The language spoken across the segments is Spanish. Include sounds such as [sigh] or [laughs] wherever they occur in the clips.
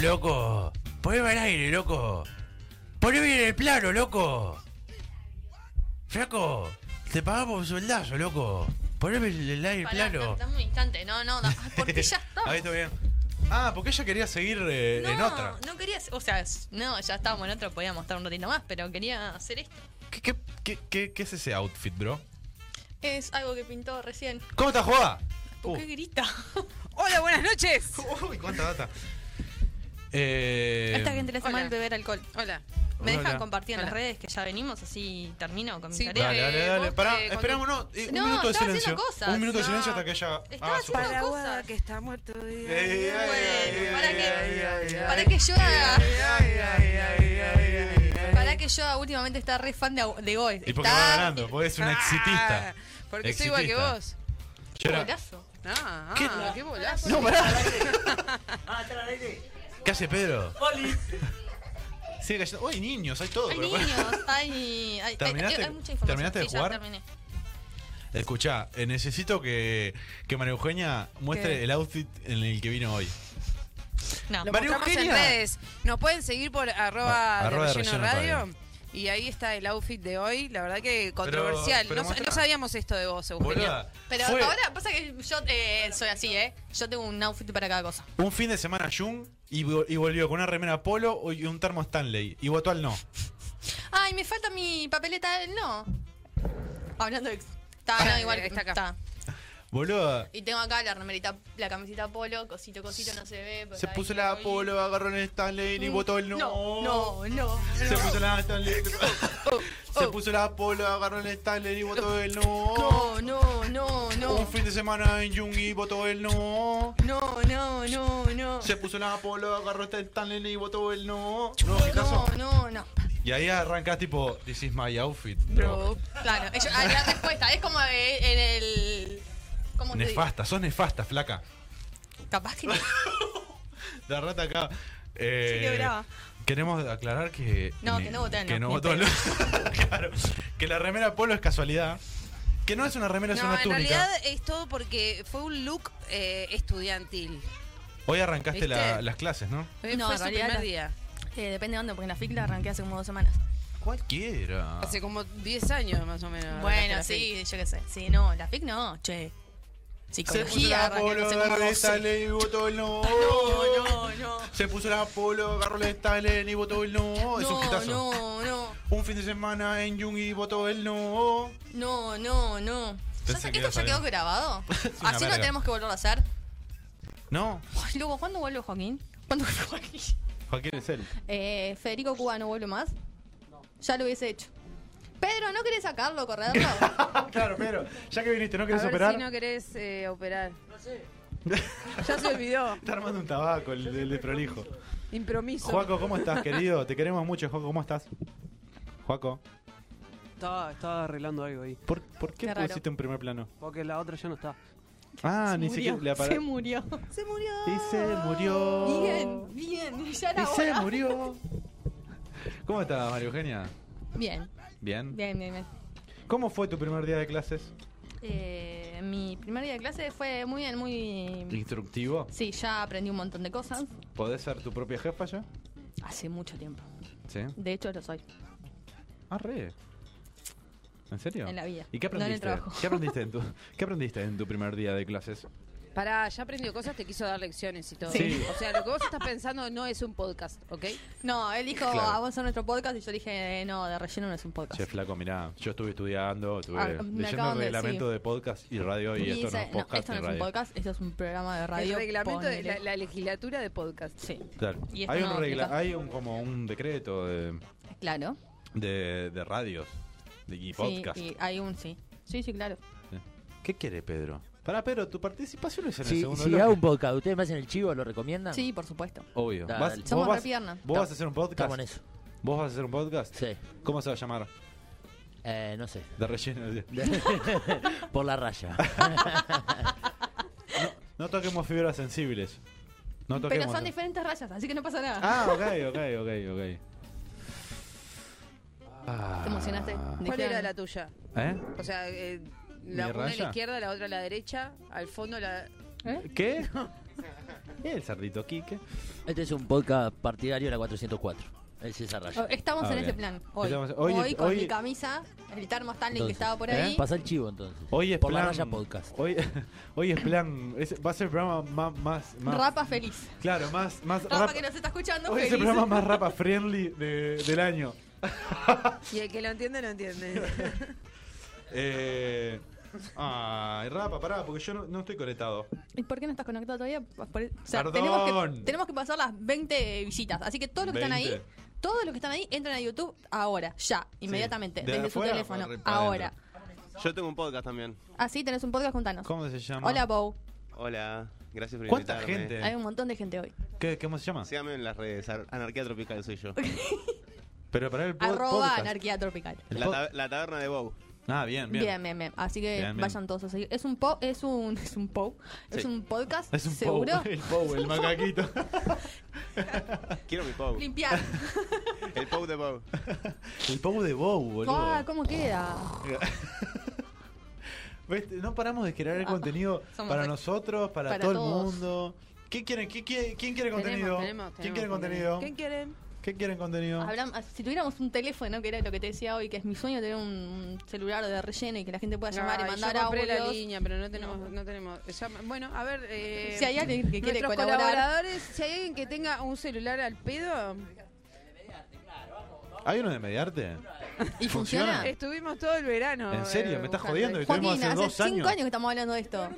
loco. Poneme al aire, loco. Poneme en el plano, loco. Flaco, te pagamos un sueldazo, loco. Poneme en el aire el Pará, plano. Dame un instante. No, no, da- porque [laughs] ya estamos. Eh, Ahí está bien. Ah, porque ella quería seguir eh, en otra. no quería. O sea, s- no, ya estábamos en otra, podíamos estar un ratito más, pero quería hacer esto. ¿Qué, qué, qué, qué- qué es ese outfit, bro? Es algo que pintó recién. ¿Cómo estás, jugada? ¿Por qué grita? [laughs] Hola, buenas noches. Uh. [laughs] Uy, cuánta data. Eh, A Esta gente le hace Hola. mal beber alcohol. Hola. Me Hola. dejan compartir en las Hola. redes que ya venimos, así termino con mi Sí, tarea. Dale, dale, Eh, dale. vos, Pará, eh, cuando- esperamos, no. eh, un No, minuto estaba de haciendo silencio. cosas. Un minuto de No. silencio hasta que ella Estaba haga su haciendo- cosa. Paraguada, Paraguada que está muerto. ay, ay, ay, Bueno, para ay, que, ay, para ay, que yo haga- para Para que yo últimamente está re fan de, de Goes. Y porque va ganando, porque es Ah. una exitista. Porque soy igual que Exitista. vos. Yo era- Ah, ¿Qué? ah, qué bolazo. No, [laughs] pará. Ah, está la ley. ¿Qué hace Pedro? Oli. Sigue cayendo. Uy, niños, hay todo. Hay pero- niños, hay, hay, ¿Terminaste- hay, hay mucha información. terminaste de Sí, ya jugar? terminé. Escuchá, eh, necesito que, que María Eugenia muestre ¿Qué? el outfit en el que vino hoy. No. Lo María mostramos en Eugenia. redes. Nos pueden seguir por arroba, Ah, arroba de de relleno relleno radio. radio. Y ahí está el outfit de hoy. La verdad que controversial. pero no, sa- mostrá. no sabíamos esto de vos, Eugenia. Boluda, Pero fue ahora pasa que yo eh, soy así, ¿eh? Yo tengo un outfit para cada cosa. un fin de semana Jung y, vo- y volvió con una remera polo y un termo Stanley. Y votó al no. Ay, me falta mi papeleta. No. Hablando Ah, de. Está, no, igual Está está acá. acá. Boluda, Y tengo acá la remerita, la camiseta polo, cosito, cosito, no se ve. pero se ahí puso me la doy. polo, agarró el Stanley y votó el no. No, Mm, no, no. Oh, Se puso la [laughs] Stanley. [laughs] Se puso la polo, agarró el Stanley y votó el no. No, no, no, no. Un fin de semana en Jung y votó el no. No, no, no, no. Se puso la polo, agarró el Stanley y votó el no. No, no, no. Y ahí arrancás tipo, this is my outfit, bro. Bro. Claro, ellos- ah, la respuesta es como eh, en el. ¿Cómo te digo? Nefasta, sos nefasta, flaca. Capaz que. Eh, No, La rata acá. eh, Sí, qué brava. queremos aclarar que. No, que no voté, Que no, no ni votó, pedo. no. [laughs] claro. Que la remera polo es casualidad. Que no es una remera, es No, una en túnica. realidad es todo porque fue un look eh, estudiantil. Hoy arrancaste la- ¿Viste? las clases, ¿no? Hoy No, fue en su realidad primer la- día. eh, depende de dónde, porque en la FIC la arranqué hace como dos semanas. Cualquiera. Hace como 10 años más o menos. arrancaste Bueno, la sí, yo qué sé. Sí, no, la FIC no, che. Se puso Psicología, la arranqué, polo, no sé agarró cómo el doce. Stanley y votó el no. No, no, no. Se puso la polo, agarró el Stanley y votó el no. Es un No, hitazo. no, no. Un fin de semana en Jung y votó el no. No, no, no. Ya Pensé sa- ¿Esto que ibas ya a quedó ver. grabado? [laughs] Es una Así no verga. tenemos que volver a hacer. No, Ay, Luego, ¿cuándo vuelve Joaquín? ¿Cuándo vuelve Joaquín? Joaquín es él. Eh, Federico Cuba no vuelve más. Ya lo hubiese hecho. Pedro, ¿no querés sacarlo, correrlo? claro, pero ya que viniste, ¿no FIC. querés A ver operar? si [laughs] no querés eh, operar. No sé. Ya se olvidó. [laughs] Está armando un tabaco el, el de prolijo. Impromiso. Juaco, ¿cómo [laughs] estás, querido? Te queremos mucho, Juaco, ¿cómo estás? Juaco, Estaba, estaba arreglando algo ahí. ¿por, por qué, Qué raro. pusiste un primer plano? Porque la otra ya no está. Ah, Se ni murió, siquiera le apagó. Se murió. Se murió. Y se murió. Bien, bien. Ya Y era se hora. murió. ¿Cómo estás, María Eugenia? [laughs] Bien, Bien. bien, bien, bien. ¿Cómo fue tu primer día de clases? Eh, mi primer día de clase fue muy bien, muy... Instructivo. Sí, ya aprendí un montón de cosas. ¿Podés ser tu propia jefa ya? Hace mucho tiempo. Sí. De hecho, lo soy. Ah, re. ¿En serio? En la vida. ¿Y qué No en el aprendiste? trabajo. [laughs] ¿Qué aprendiste en tu qué aprendiste en tu primer día de clases? Pará, ya aprendió cosas, te quiso dar lecciones y todo. Sí. O sea, lo que vos estás pensando no es un podcast, ¿ok? No, él dijo, Claro. "Ah, vamos a hacer nuestro podcast y yo dije, eh, no, de relleno no es un podcast. Che, flaco, mirá, yo estuve estudiando, estuve Ah, me leyendo acaban el de reglamento de podcast y radio y, Y esto no dice, es podcast esto no ni es un radio. podcast, esto es un programa de radio. El reglamento de la, ponele". la legislatura de podcast. Sí, Claro. Y esto Hay un no regla- aplica. hay un como un decreto de, claro. de, de radios de- y Sí, podcast. y hay un sí. Sí, sí, claro. ¿Qué quiere Pedro? Pará, Pedro, tu participación es en el Si, segundo si bloque. hago un podcast, ¿ustedes me hacen el chivo? ¿Lo recomiendan? Sí, por supuesto. Obvio. Dale, Vas- dale. vos Somos vas, re pierna. vos vas a hacer un podcast. Estamos en eso. ¿Vos vas a hacer un podcast? Sí. ¿Cómo se va a llamar? Eh, no sé. De relleno. de- [laughs] Por la raya. [laughs] No toquemos fibras sensibles. No toquemos. Pero son diferentes rayas, así que no pasa nada. Ah, [laughs] ok, ok, ok, ok. Ah. ¿Te emocionaste? ¿Cuál Dijeron- era la tuya? ¿Eh? O sea, eh, la ¿Mi una a la raya? [laughs] izquierda, la otra a la derecha, al fondo la... ¿Eh? ¿Qué? El cerdito Quique. Este es un podcast partidario de la 404. Es esa raya. Oh, Estamos Ah, en bien. ese plan. Hoy, Estamos- hoy, hoy- con hoy- mi camisa, el termo Stanley que Entonces, estaba por ¿eh? ahí. Pasa el chivo entonces. Hoy es Por plan- la raya podcast. Hoy, [laughs] hoy es plan. es- va a ser el programa más. más, más- Rapa feliz. Claro, más. más Rapa, rap- que nos está escuchando hoy es feliz. el programa más [laughs] rapa friendly de- del año. Y el que lo entiende, lo [laughs] entiende. Eh, ay, rapa, pará, porque yo no, no estoy conectado. ¿Y por qué no estás conectado todavía? Por- o sea, Perdón. tenemos que, tenemos que pasar las 20 visitas. Así que todos los que están 20. ahí, todos los que están ahí, entran a YouTube ahora, ya, inmediatamente, ¿Desde desde su afuera teléfono, o re- para ahora. Yo tengo un podcast también. Así tenés un podcast, juntanos. ¿Cómo se llama? Hola, Bow. Hola, gracias por ¿Cuánta invitarme. gente? Hay un montón de gente hoy. ¿Qué, ¿Cómo se llama? Síganme en las redes, ar- Anarquía Tropical soy yo. [laughs] Pero para el po- Arroba podcast. anarquía tropical. El La, po- ta- la taberna de Bow. Ah, bien, bien. Bien, bien, bien. Así que Bien, bien. vayan todos a seguir. Es un po, es un es un po, es Sí. un podcast, Es un Pou, [laughs] seguro. el Pou, [laughs] el macaquito. Quiero mi Bow. Limpiar. El Bow de Bow. el Pou de Bow, boludo. Ah, ¿cómo queda? [laughs] ¿Ves? No paramos de crear el Ah, contenido somos para aquí. nosotros, para, Para todo todos. el mundo. ¿Qué quieren? ¿Qué, quiere- quién quiere contenido? ¿Quién quiere contenido? ¿Quién quieren? ¿Qué quieren contenido? Hablam- ah, si tuviéramos un teléfono, que era lo que te decía hoy, que es mi sueño tener un un celular de relleno y que la [laughs] gente pueda llamar Ay, y mandar yo compré la audios. línea, pero no tenemos, No. no, tenemos. Llama- bueno, a ver. eh, Si hay alguien que quiere nuestros colaborar, colaboradores, si hay alguien que tenga un celular al pedo, ¿Hay uno de Mediarte? [laughs] y funciona. ¿Funciona? estuvimos todo el verano. eh, ¿En serio? ¿Me estás buscando. jodiendo? Estuvimos Joaquín, hace hace dos cinco años. años que estamos hablando de esto.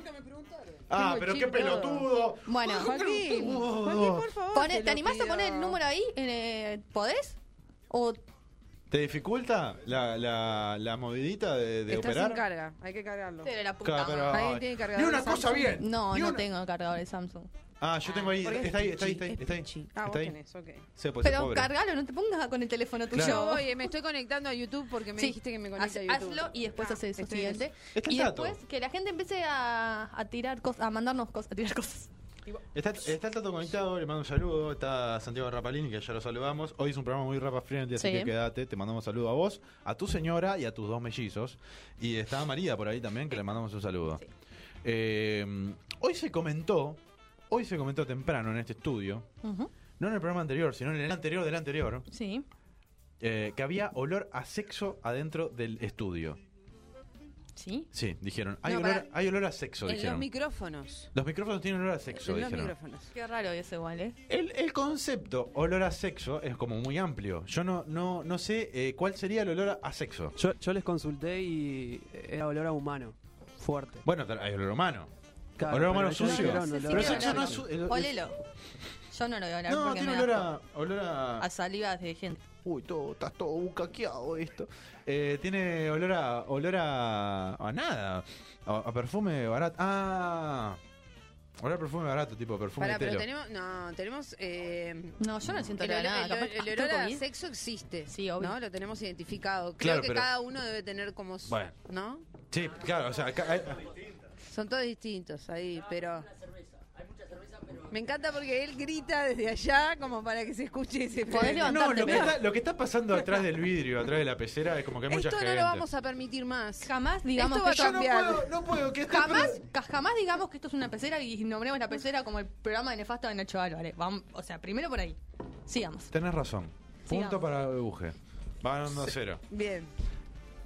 Ah, Qué pero qué mochito. pelotudo. Bueno, Joaquín, Joaquín, por favor. pone- lo ¿te animás a pido. poner el número ahí? En, eh, ¿Podés? O ¿Te dificulta la, la, la movidita de, de Está sin operar? carga, hay que cargarlo. Pero la puta Claro, pero- madre. Alguien Ay. tiene cargador Ni una de cosa Samsung. bien. No, Ni no una- tengo cargador de Samsung. Ah, yo tengo ahí. Porque es Está ahí, está ahí, está ahí. pichi, Está es ahí. pichi. Ah, vos Está ahí. tenés, ok. Sí, pues, es Pero pobre. cargalo, no te pongas con el teléfono tuyo. Claro. Yo, oye, me estoy conectando a YouTube porque me Sí. dijiste que me conecte Haz- a YouTube. hazlo y después Ah, haces eso estoy en siguiente. Está el Y dato. después que la gente empiece a, a tirar cosas, a mandarnos cosas, a tirar cosas. Está, está el Tato conectado, le mando un saludo. Está Santiago Rapalini, que ya lo saludamos. Hoy es un programa muy rapa friendly, así Sí. que quédate. Te mandamos un saludo a vos, a tu señora y a tus dos mellizos. Y está María por ahí también, que le mandamos un saludo. Sí. Eh, hoy se comentó, hoy se comentó temprano en este estudio, Ujú, no en el programa anterior, sino en el anterior del anterior, Sí. eh, que había olor a sexo adentro del estudio. Sí. Sí, dijeron. Hay, No, olor, pará. hay olor a sexo, En los dijeron. micrófonos. Los micrófonos tienen olor a sexo, en los dijeron. micrófonos. Qué raro eso igual, ¿eh? El, el concepto olor a sexo es como muy amplio. Yo no, no, no sé eh, cuál sería el olor a- a sexo. Yo, yo les consulté y era olor a humano. Fuerte. Bueno, tal- hay olor humano. olor a pero humano ellos sucio. dijeron No, no sé si olor Pero a tiene sexo no es. humano. su- el- el- Olelo. Yo no lo voy a hablar no, porque tiene me olor da a, olor a. a saliva de gente. Uy, todo, estás todo bucaqueado esto. Eh, tiene olor a. olor a. a nada. A, a perfume barato. Ah. Olor a perfume barato, tipo perfume Pará, de pero telo. tenemos. No, tenemos. Eh, No, yo no siento El, olor a olor- nada. el- capaz- el ah, olor ¿tengo a COVID? sexo existe. Sí, obvio. ¿No? Lo tenemos identificado. Creo Claro, que pero- cada uno debe tener como. su- Bueno. ¿No? Sí, claro, o sea, acá hay- Son todos distintos ahí, pero. Me encanta porque él grita desde allá como para que se escuche ese Podés levantar- No, lo que, Mira. está, lo que está pasando atrás del vidrio, atrás de la pecera, es como que hay mucha Esto gente. no lo vamos a permitir más. Jamás digamos Esto va que a yo- cambiar. no puedo, que este esto- Jamás, ca- jamás digamos que esto es una pecera y nombremos la pecera como el programa de nefasto de Nacho Álvarez. Vamos, o sea, primero por ahí. Sigamos. Tenés razón. Punto Sigamos. para Buje. Va ganando cero. Bien.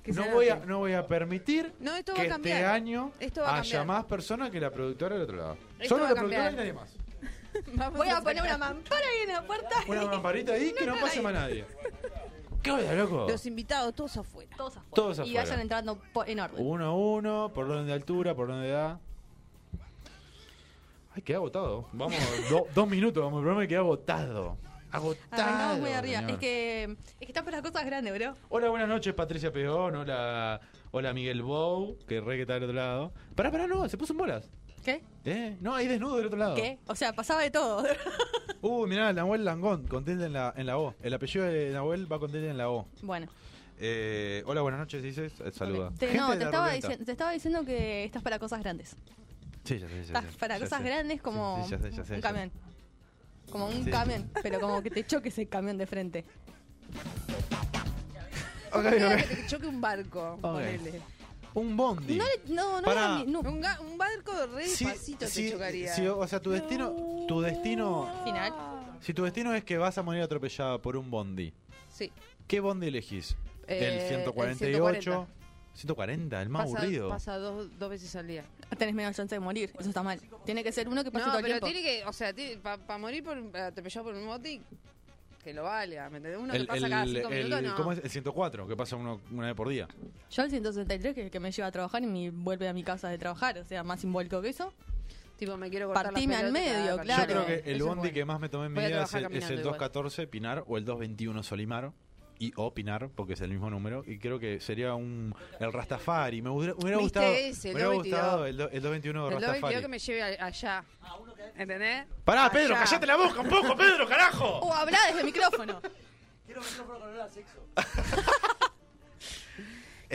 Que se No voy, a, anote. no voy a permitir No, esto va que a este cambiar. año Esto va a haya cambiar. más personas que la productora del otro lado. Esto Solo va la a productora cambiar. y nadie más. [laughs] Vamos Voy a sacar- poner una mampara ahí en la puerta. [laughs] Una lamparita ahí que no pase más nadie. ¿Qué onda, loco? Los invitados todos afuera. Todos afuera. Oh. Todos Y afuera. Uh. vayan entrando po- en orden. Uno a uno, por orden de altura, por orden de edad. Ay, queda agotado. Vamos, [laughs] do- dos minutos, vamos, el programa y queda agotado. Agotado. Arrancamos muy arriba. señor. Es que, es que están por las cosas grandes, bro. Ah. Hola, buenas noches, Patricia Peón. Hola, hola Miguel Bou, que re que está del otro lado. Pará, pará, no, se puso en bolas. ¿Qué? ¿Eh? No, ahí desnudo del otro lado. ¿Qué? O sea, pasaba de todo. [laughs] Uh, mirá, Nahuel Langón, con tilde en la, en la O. El apellido de Nahuel va con tilde en la O. bueno. Eh, hola, buenas noches, dices. Eh, Saluda. ok. Te, Gente no, de te la estaba, ruleta. dicien- te estaba diciendo que estás para cosas grandes. Sí, ya sé, ya sé, Estás ya para sé. cosas Sí, grandes como sí, ya sé, ya sé, un ya camión. Como un Sí. camión, pero como que te choque ese camión de frente. sé. Ok, Mira ok. que te choque un barco. Ok. ponele. un bondi. No, le- no, no, Pará. era mi- no. Un, ga- un barco re Sí, despacito te sí, chocaría. sí, o sea, tu destino, tu destino, Final. si tu destino es que vas a morir atropellada por un bondi, Sí. ¿qué bondi elegís? Eh, el el 148, 140, el más pasa aburrido. pasa dos, dos veces al día. Tenés menos chance de morir. Eso está mal. Tiene que ser uno que pase No, todo el pero tiempo. tiene que, o sea, para morir por atropellado por un bondi, que lo valga, ¿me entendés? Uno el, que pasa cada el- cinco el- minutos, no. ¿cómo es? El 104, que pasa uno, una vez por día. Yo el 163 que, que me lleva a trabajar y me vuelve a mi casa de trabajar. O sea, más simbólico que eso. Tipo, me quiero cortar las Partime al pelotas medio, cada- cada- Claro, Yo creo que el eso es bondi bueno. que más me tomé en mi Voy a vida es trabajar el, es el caminando igual. 214 Pinar o el 221 Solimar. Y o Pinar, porque es el mismo número. Y creo que sería un el Rastafari. Me hubiera, hubiera Viste gustado, ese, me el hubiera 222. gustado el, do- el 221 de El doble Rastafari. creo que me Ah, lleve a- allá. ¿Entendés? Pará, Allá. Pedro, callate la boca un poco, [laughs] Pedro, carajo. O Oh, habla desde el micrófono. El, Que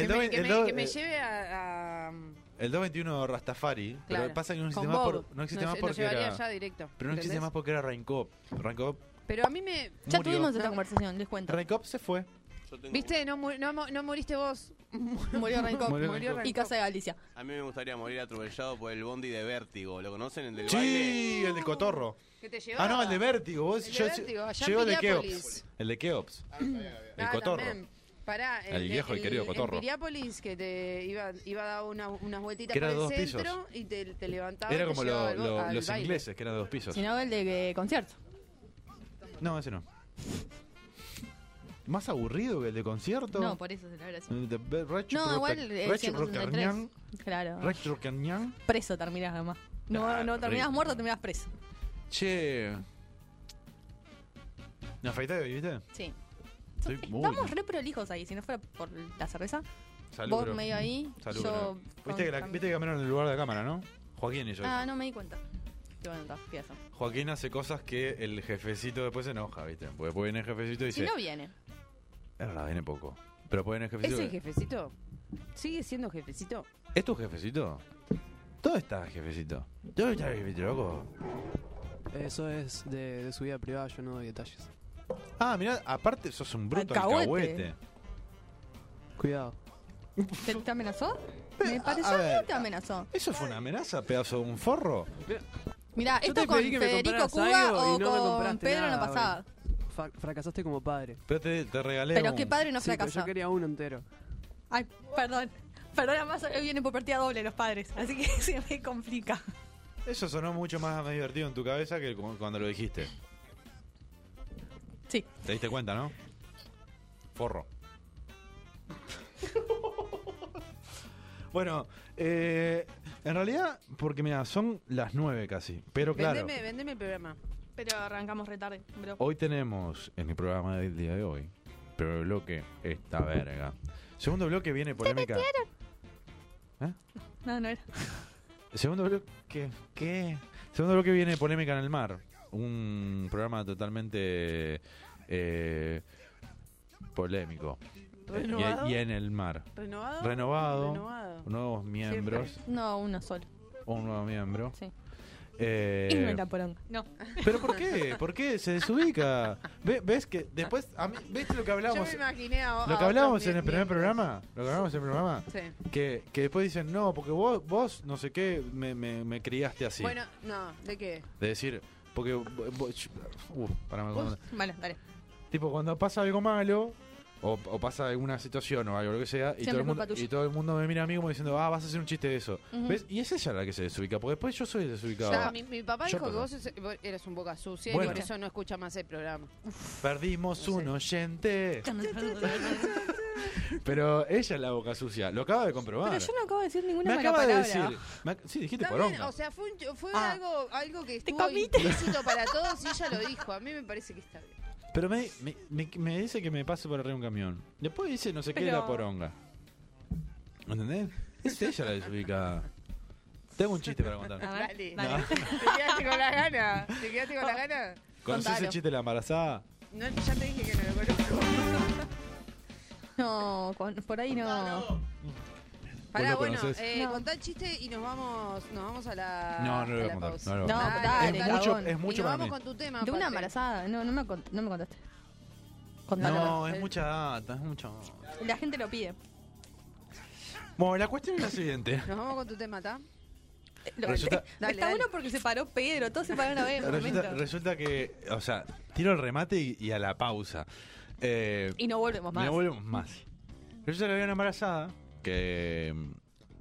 me- do- que el me- do- que me eh, lleve a. a- el 221 Rastafari. Pero Claro. pasa que no con existe más, Bob. por- no existe más sé, porque llevaría era. allá directo. Pero no existe ¿entendés? más porque era Raincop. Raincop Pero a mí me. Ya murió. tuvimos esta conversación, les cuento. Raincop se fue. Yo tengo Viste, no, mu- no, mo- no moriste vos. Murió Rancor. Murió Rancor. Y Casa de Galicia. un- A mí me gustaría morir atropellado por el bondi de vértigo. ¿Lo conocen? El del baile. Sí, el de Cotorro. Que te Ah, llevaba. no, el de Vértigo. Vos, El de yo, Vértigo, allá en yo el de Piriápolis. Keops. El de Keops. El Ah, Cotorro. también. Pará, El viejo y querido Cotorro. En Piriápolis, que te iba, iba a dar una- unas vueltitas Que por era el dos pisos. centro y te, te levantaba. y Era te como llevaba lo- al bo- lo- al los baile. ingleses, que eran de dos pisos. Si no, el de eh, concierto. No, ese no. Más aburrido que el de concierto. No, por eso se la gracia. El de Be- Recho No, Proca- igual eh, el Recho Procarnian, 163. Claro. Recho Procarnian. Preso terminás además. Ah, No, no terminás rico. muerto, terminás preso. Che. ¿Me afeitaste, viste? Sí. Estoy muy- Estamos re prolijos ahí. Si no fuera por la cerveza, Salud, vos bro. medio ahí, Salud, yo... bro. con- Viste que, la- cam- viste que cambiaron el lugar de la cámara, ¿no? Joaquín y yo. Ah, no me di cuenta. Qué bueno, está, qué eso. Joaquín hace cosas que el jefecito después se enoja, ¿viste? Porque después viene el jefecito y Si dice. no [laughs] viene. Es verdad, viene poco. Pero pueden el ¿Es jefecito. el jefecito? ¿Sigue siendo jefecito? ¿Es tu jefecito? ¿Dónde está el jefecito? ¿Dónde está el jefecito, loco? Eso es de, de su vida privada, yo no doy detalles. Ah, mirá, aparte sos un bruto Alcahuete. alcahuete. Cuidado. ¿Te, te amenazó? Eh, Me pareció a a mí ver. que te amenazó. ¿Eso fue una amenaza, pedazo de un forro? Mirá, Yo esto te con pedí que me Federico compraras Cuba algo o y no me con compraste Pedro no nada, pasaba. Fa- fracasaste como padre. Pero te, te regalé Pero un- qué padre no Sí, pero fracasó. yo quería uno entero. Ay, perdón. Perdón, además eh, hoy vienen por partida doble los padres, así que [laughs] se me complica. Eso sonó mucho más divertido en tu cabeza que cu- cuando lo dijiste. Sí. ¿Te diste cuenta, no? Forro. bueno, eh, en realidad, porque mira, son las nueve casi. Pero claro. Vendeme, vendeme el programa. Pero arrancamos retarde, bro. Oh. Hoy tenemos en el programa del día de hoy, pero el bloque esta verga. Segundo bloque viene polémica. No, no era. Segundo bloque, ¿qué? Segundo bloque viene polémica en el mar. Un programa totalmente eh, polémico. ¿Renovado? Y, y en el mar. ¿Renovado? Renovado, Renovado. nuevos miembros, No, uno solo. un nuevo miembro. Sí. Eh, Y no era poronga. [laughs] No. pero ¿por qué? ¿Por qué se desubica? Ve- ¿Ves que después a mí- ¿ves lo que Yo hablábamos? me imaginé a, Lo que hablábamos en el primer programa, lo que hablábamos en el programa, Sí. que, que después dicen, no, porque vos, vos no sé qué, me, me, me criaste así. Bueno, no, ¿de qué? De decir, porque... vo- vo- ch- Uh, pará, me acuerdo. Bueno, dale. Tipo, cuando pasa algo malo, o, o pasa alguna situación o algo, lo que sea, Siempre y todo, el es mundo, culpa tuya. y todo el mundo me mira a mí como diciendo, ah, vas a hacer un chiste de eso. Ujú. ¿Ves? Y es ella la que se desubica, porque después yo soy el desubicado. Ya, mi, mi papá Yo dijo que perdón. vos es- vos eras un boca sucia Bueno. y por eso no escucha más el programa. Perdimos No sé. un oyente. Pero ella es la boca sucia, lo acaba de comprobar. Pero yo no acabo de decir ninguna me mala acaba palabra. de decir. me ac- sí, dijiste También, poronga. o sea, fue, un ch- fue Ah. algo, algo que Te estuvo comiste. implícito para todos y ella lo dijo. A mí me parece que está bien. Pero me, me- me- me dice que me pase por arriba un camión. Después dice no sé qué Pero- la poronga. ¿Entendés? Es ella la desubicada. Tengo un chiste para contar. A ver, Dale. dale. [laughs] ¿Te quedaste con las ganas? ¿Te quedaste con las ganas? ¿Conocés el Contalo. chiste de la embarazada? No, ya te dije que no lo conozco. No, con- por ahí no. ¿Vos Pará, lo bueno, conocés? eh, No. contá el chiste y nos vamos, nos vamos a la. No, no lo voy a la contar, pausa. no lo voy a contar. No, dale. dale, es mucho, cagón. es Y nos mucho para vamos mí. con tu tema. De una aparte. embarazada. No, no me, cont- no me contaste. Contalo. No, es mucha data, es mucho. La gente lo pide. Bueno, la cuestión es la [laughs] siguiente. Nos vamos con tu tema, ¿tá? Lo- Resulta- eh, Dale, está dale. bueno porque se paró Pedro, todos se pararon a ver. en un Resulta, momento. resulta que, o sea, tiro el remate y, y a la pausa. Eh, Y no volvemos más. No volvemos más. Resulta que había una embarazada que. mm,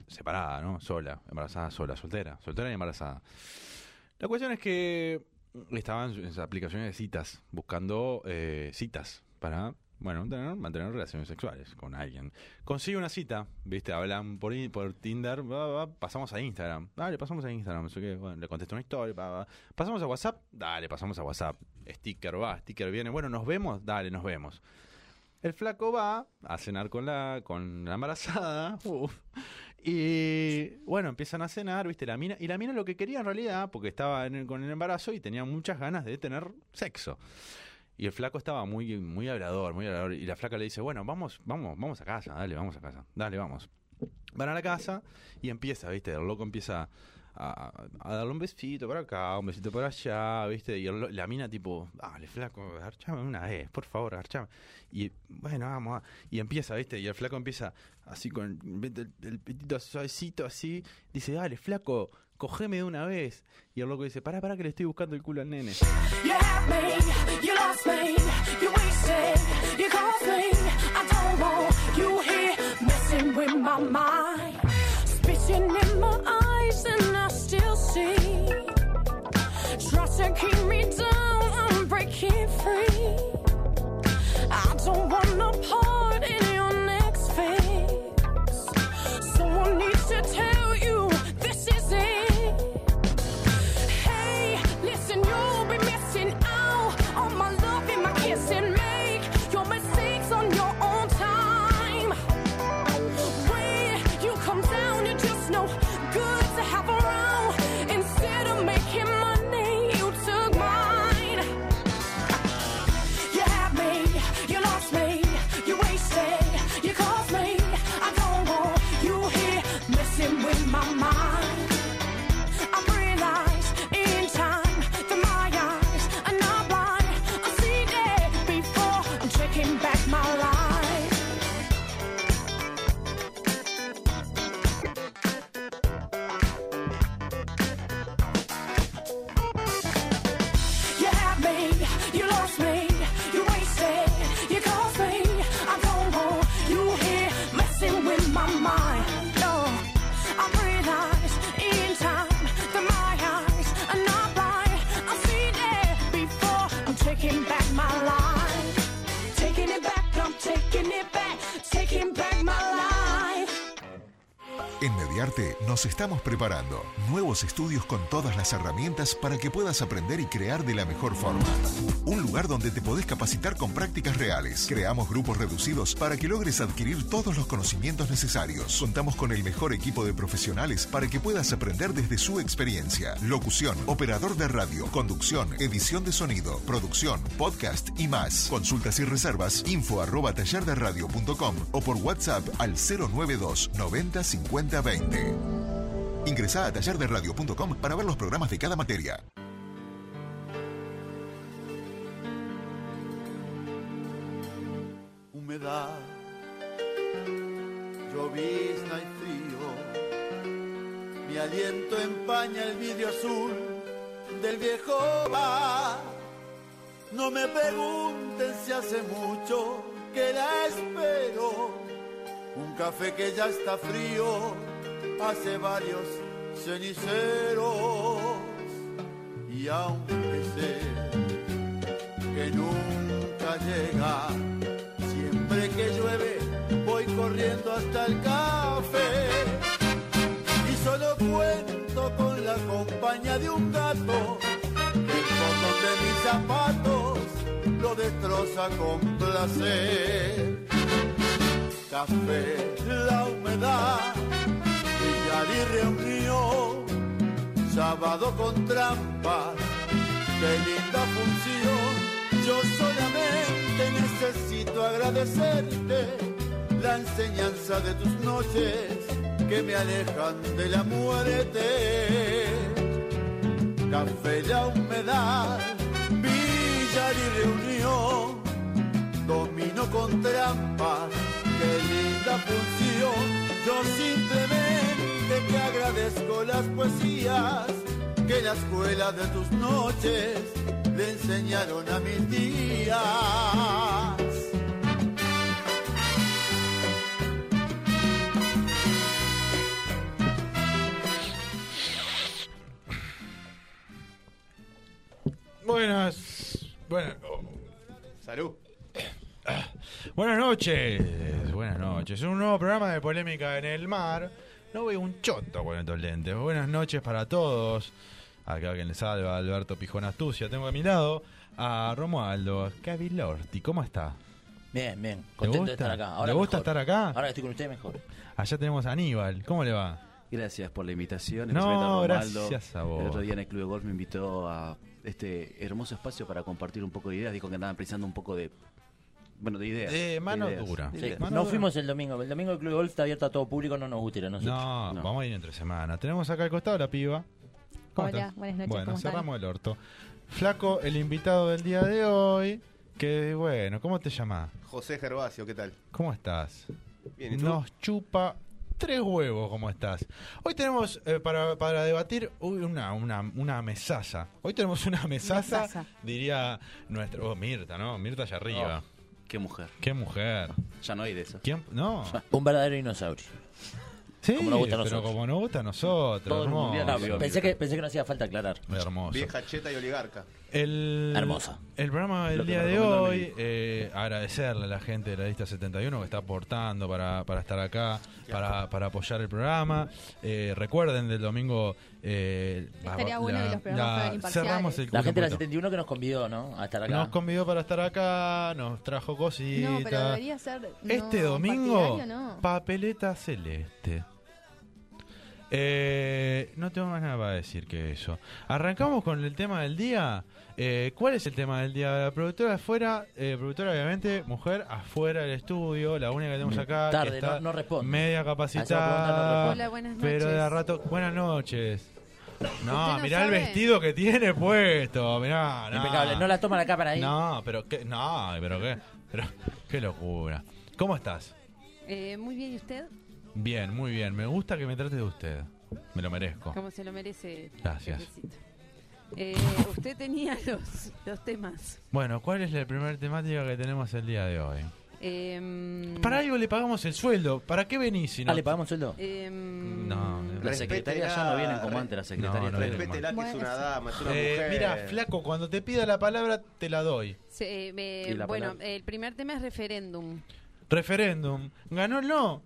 separada, ¿no? Sola. Embarazada sola, soltera. Soltera y embarazada. La cuestión es que estaban en sus aplicaciones de citas, buscando eh, citas para, bueno, tener- mantener relaciones sexuales con alguien. Consigue una cita, ¿viste? Hablan por, in- por Tinder, va, va, va, pasamos a Instagram. Dale, pasamos a Instagram, no sé qué. Bueno, le contesto una historia, va, va. pasamos a WhatsApp, dale, pasamos a WhatsApp. Sticker va, sticker viene. Bueno, nos vemos, dale, nos vemos. El flaco va a cenar con la, con la embarazada. [laughs] uf, y bueno, empiezan a cenar, viste, la mina. Y la mina lo que quería en realidad, porque estaba en el- con el embarazo y tenía muchas ganas de tener sexo. Y el flaco estaba muy, muy hablador, muy hablador. Y la flaca le dice, bueno, vamos, vamos, vamos a casa, dale, vamos a casa, dale, vamos. Van a la casa y empieza, viste, el loco empieza a, a darle un besito para acá, un besito para allá, viste, y el lo- la mina tipo, dale, flaco, archame una vez, por favor, archame. Y bueno, vamos. ah. Y empieza, ¿viste? Y el flaco empieza así con vete el, el pitito suavecito, así. Dice, dale, flaco, cogeme de una vez. Y el loco dice, pará, pará, que le estoy buscando el culo al nene. You had me, you lost me, you wasted, you caused me. I don't want you here messing with my mind. Spitting in my eyes, and I still see. Try to keep me down, I'm breaking free. I don't want no part in your next phase. Someone needs to tell you this is it. Hey, listen, you'll be missing out on my love and my kissing. Make your mistakes on your own time. When you come down, you're just no good to have around. Instead of making money, you took mine. You had me, you lost me, you wasted, you caused me. I don't want you here messing with my mind. I realized in time that my eyes are not blind. I see it before I'm taking back my life. You had me, you lost me, you wasted, you caused me. I don't want you here messing with my mind. No, I realize in time that my eyes are not blind. I've seen it before. I'm taking back my life, taking it back. I'm taking it back, taking back my life. En Mediarte nos estamos preparando nuevos estudios con todas las herramientas para que puedas aprender y crear de la mejor forma. Un lugar donde te podés capacitar con prácticas reales. Creamos grupos reducidos para que logres adquirir todos los conocimientos necesarios. Contamos con el mejor equipo de profesionales para que puedas aprender desde su experiencia. Locución, operador de radio, conducción, edición de sonido, producción, podcast y más. Consultas y reservas, info arroba tallerderradio.com o por WhatsApp al 092 90 50 20. Ingresá a tallerderradio.com para ver los programas de cada materia. humedad, llovizna y frío. Mi aliento empaña el vidrio azul del viejo bar. No me pregunten si hace mucho que la espero. Un café que ya está frío hace varios ceniceros. Y aunque sé que nunca llega. Siempre que llueve voy corriendo hasta el café y solo cuento con la compañía de un gato que el botón de mis zapatos lo destroza con placer. Café, la humedad, billar y reunión, sábado con trampas, qué linda función. Yo solamente necesito agradecerte la enseñanza de tus noches que me alejan de la muerte. Café la humedad, billar y reunión, domino con trampas, qué linda función. Yo simplemente te agradezco las poesías que la escuela de tus noches le enseñaron a mis días. Buenas. Bueno. Salud. Buenas noches. Buenas noches. Un nuevo programa de polémica en el mar. No veo un choto con estos lentes. Buenas noches para todos. Acá quien les salva, Alberto Pijón Astucia. Tengo a mi lado a Romualdo Cavilorti. ¿Cómo está? Bien, bien. ¿Te Contento gusta? de estar acá. Ahora ¿Te gusta mejor. estar acá? Ahora que estoy con ustedes mejor. Allá tenemos a Aníbal. ¿Cómo le va? Gracias por la invitación. No, especialmente a Romaldo. gracias a vos. El otro día en el Club de Golf me invitó a este hermoso espacio para compartir un poco de ideas. Dijo que andaban precisando un poco de. Bueno, de ideas. Eh, ideas. Sí, De ideas. No fuimos el domingo. El domingo el club de golf está abierto a todo público. No nos gusta ir a nosotros. No, vamos a ir entre semana. Tenemos acá al costado la piba. ¿Cómo Hola, estás? buenas noches, Bueno, ¿cómo están? cerramos el orto. Flaco, el invitado del día de hoy. Que bueno, ¿cómo te llamas? José Gervasio, ¿qué tal? ¿Cómo estás? Bien, ¿y tú? Nos chupa tres huevos, ¿cómo estás? Hoy tenemos eh, para, para debatir uy, una, una, una mesaza. Hoy tenemos una mesaza, Mesaza. diría nuestro. oh, Mirta, ¿no? Mirta allá arriba. Qué mujer. Qué mujer. Ya no hay de eso. ¿Quién? No. Un verdadero dinosaurio. Sí, Como nos gusta a pero nosotros. como nos gusta a nosotros. Todo el hermoso. mundial la vio, pensé, que, pensé que no hacía falta aclarar. Hermoso. Vieja cheta y oligarca. El, Hermosa. El programa Lo del que día me de recomendó hoy, eh, agradecerle a la gente de la lista 71 que está aportando para, para estar acá, para, para apoyar el programa. Eh, recuerden del domingo. eh, Estaría la- bueno que la- los programas la- fueran imparciales. cerramos el La gente de la cuento. 71 que nos convidó, ¿no? A estar acá. Nos convidó para estar acá, nos trajo cositas. No, pero debería ser. no, Este domingo, partidario no. papeleta celeste. Eh, no tengo más nada para decir que eso. Arrancamos con el tema del día. Eh, ¿Cuál es el tema del día? La productora afuera, eh, productora obviamente, mujer afuera del estudio, la única que tenemos acá. que Mm, Tarde, está no- no responde. Media pregunta, capacitada. no responde. Hola, buenas Pero de noches. a rato, buenas noches. No, ¿Usted no mirá sabe? el vestido que tiene puesto. Mirá, no. Impecable. No la toma la cámara ahí. No, pero qué, no, pero qué, pero qué locura. ¿Cómo estás? Eh, muy bien, ¿y usted? Bien, muy bien. Me gusta que me trate de usted. Me lo merezco. Como se lo merece. Gracias. jefecito. Eh, usted tenía [laughs] los, los temas. Bueno, ¿cuál es la primera temática que tenemos el día de hoy? Em, Para algo le pagamos el sueldo. ¿Para qué venís si no? Ah, ¿le pagamos sueldo? em, No, Las secretarias ya no vienen como antes, las secretarias. No, no vienen como Respétela que es una dama, es una Eh, mujer. mira, flaco, cuando te pida la palabra, te la doy. se- eh, me- ¿Y la bueno, palabra? el primer tema es referéndum. Referéndum. ¿Ganó el no?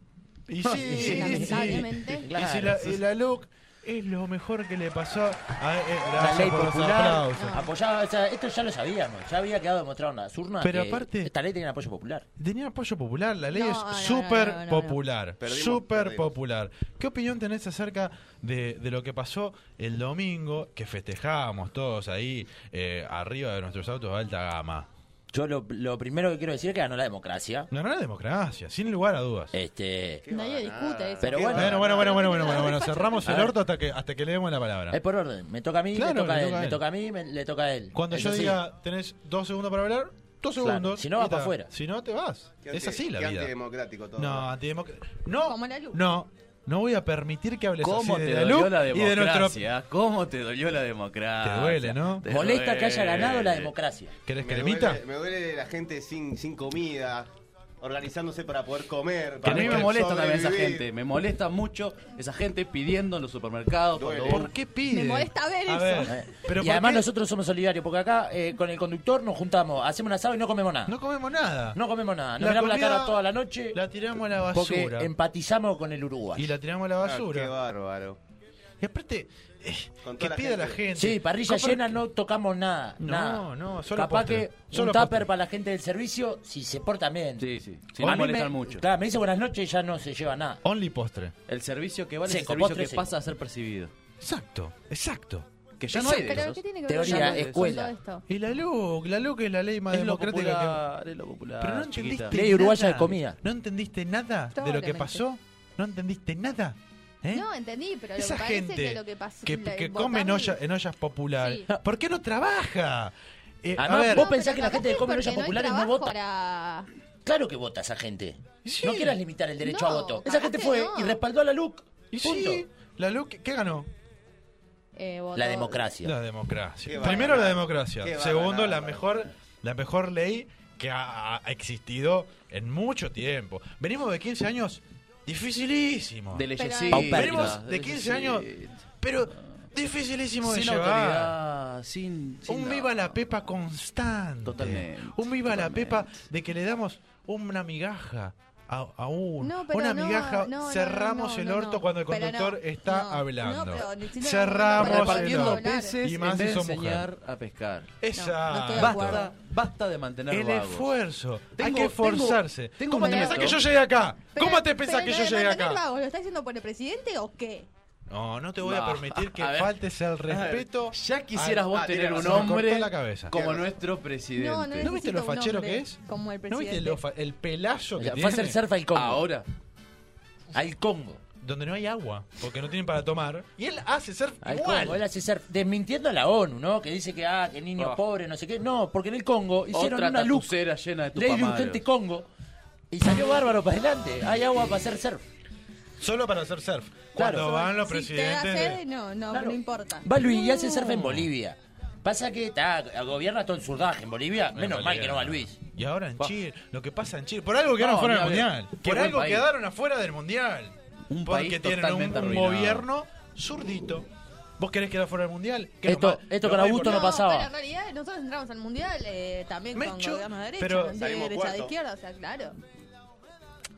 Y sí, Y sí, lamentablemente. sí. Y Claro. si la, y la LUC es lo mejor que le pasó a eh, La gracias ley por los popular aplausos. apoyaba, o sea, esto ya lo sabíamos, ya había quedado demostrado en las urnas. Pero que aparte- esta ley tenía apoyo popular. Tenía apoyo popular, la ley No, es no, no, súper no, no, no. popular, Perdimos, súper perdimos. popular. ¿Qué opinión tenés acerca de, de lo que pasó el domingo, que festejábamos todos ahí eh, arriba de nuestros autos de alta gama? Yo lo, lo primero que quiero decir es que ganó la democracia. Ganó la democracia, sin lugar a dudas. Este, Nadie discute eso. Pero bueno, bueno, bueno, bueno, bueno, bueno, bueno, bueno, cerramos A el ver. orto hasta que hasta que le demos la palabra. Es por orden, me toca a mí, Claro, le toca le a él, toca a él. me toca a mí, me- le toca a él. Cuando yo Eso sí. diga, tenés dos segundos para hablar, Claro, dos segundos. si no, vas y ta. pa' afuera. Si no, te vas. Qué Es anti- así la qué vida. antidemocrático todo. No, antidemocrático. No, Como la luz. no, no voy a permitir que hables ¿Cómo así de te la dolió luz la y de nuestro democracia? ¿Cómo te dolió la democracia? Te duele, ¿no? Te Molesta que haya duele. ganado la democracia. eh, ¿Querés Me cremita? duele, me duele la gente sin, sin comida, organizándose para poder comer. Que a Para mí me poder molesta también esa sobrevivir. gente. Me molesta mucho esa gente pidiendo en los supermercados. cuando ¿Por vos- qué pide? Me molesta ver A eso. ver, Eh, pero y ¿por además qué? nosotros somos solidarios, porque acá eh, con el conductor nos juntamos, hacemos un asado y no comemos nada. No comemos nada. No comemos nada, nos La miramos comida la cara toda la noche La tiramos a la porque basura. empatizamos con el Uruguay. Y la tiramos a la Ah, qué basura. bárbaro. y aparte, eh, Con que toda la pida la gente. gente. Sí, parrilla Compra- llena no tocamos nada. No, nada. no, solo Capaz postre, que solo un postre. tupper para la gente del servicio, si se porta bien. Sí, sí. Si A no mí molestan me- mucho. Claro, me dice buenas noches y ya no se lleva nada. Only postre. El servicio que vale es el Seco, servicio postre que seco. pasa a ser percibido. Exacto, exacto. Que ya no hay de Pero esos. ¿qué tiene que ver Teoría, con todo escuela. esto? Y la LUC, la LUC es la ley más Es lo democrática popular, que. es lo popular. Pero no chiquita. entendiste. Ley uruguaya nada. de comida. ¿No entendiste nada de lo que Probablemente. pasó? ¿No entendiste nada? ¿Eh? No, entendí, pero lo Esa que parece gente que lo que pasó. que, la- que votar come en, y- olla- en ollas populares. Sí. ¿Por qué no trabaja? Eh, a Además, ver, vos pero pensás que la capaz gente que come en porque ollas populares no hay trabajo vota. Para... Claro que vota esa gente. Sí. No quieras limitar el derecho No, a voto. Esa gente que fue no. y respaldó a la LUC. Y Punto. sí, la LUC, ¿qué ganó? Eh, votó- La democracia. La democracia. va a Primero la ganar? democracia. ¿Qué va a Segundo, ganar? la mejor, la mejor ley que ha, ha existido en mucho tiempo. Venimos de 15 años dificilísimos. De leyes Venimos de 15 años, pero dificilísimo de sin llevar. autoridad, sin, sin Un nada. viva la pepa constante. Totalmente, Un viva la pepa de que le damos una migaja a, a uno. No, pero una no, migaja. no, no, cerramos no, no, el no. orto cuando el Pero conductor no, está no, hablando. no, pero necesitamos- cerramos el Repartiendo orto. peces Y más en si vez de son mujer. enseñar a pescar. Esa. No, no estoy de basta, acuerdo. basta de mantener El vagos. esfuerzo. Hay Tengo- que esforzarse. tengo- tengo ¿Cómo un te pensás que nieto. yo llegué acá? Pero- Ah, ¿Cómo te pensás pero que lo yo de llegué mantener acá? vagos, ¿Lo está diciendo por el presidente o qué? No, no te voy a No. permitir que [laughs] A ver. faltes el A ver, respeto. Ya quisieras al- vos Ah, tener tenés un razón, me cortó hombre la cabeza. como nuestro presidente. No, no ¿No viste necesito lo un fachero hombre que es? Como el ¿No viste presidente. lo fa- el pelazo O que sea, fue a tiene? hacer surf al Congo. Ahora. Al Congo. Donde no hay agua, porque no tienen para tomar. Y él hace surf Al igual. Congo. Él hace surf. Desmintiendo a la ONU, ¿no? Que dice que, ah, que niños Ah. pobres, no sé qué. No, porque en el Congo hicieron Otra una luz. tatucera llena de Ley de urgente tupamaros. Congo. Y salió bárbaro para adelante. Hay agua para hacer surf. Solo para hacer surf. Claro. Cuando van los Si te da presidentes. de- sed, no, no, no importa. Va Luis y hace surf en Bolivia. Pasa que ta, gobierna todo el surdaje en Bolivia. En Menos mal Bolivia. que no va Luis. Y ahora en Chile, lo que pasa en Chile, por algo quedaron No, fuera del ni hablar. mundial. Qué Por buen algo país. quedaron afuera del mundial. Un Porque país tienen un, totalmente un arruinado. gobierno zurdito. ¿Vos querés quedar fuera del mundial? Que Esto- nomás- esto lo con más Augusto no importante- pasaba. Pero en realidad nosotros entramos al mundial eh, también con Mecho, gobiernos de derecha, pero- de Salimos derecha, de cuarto. izquierda, o sea, claro.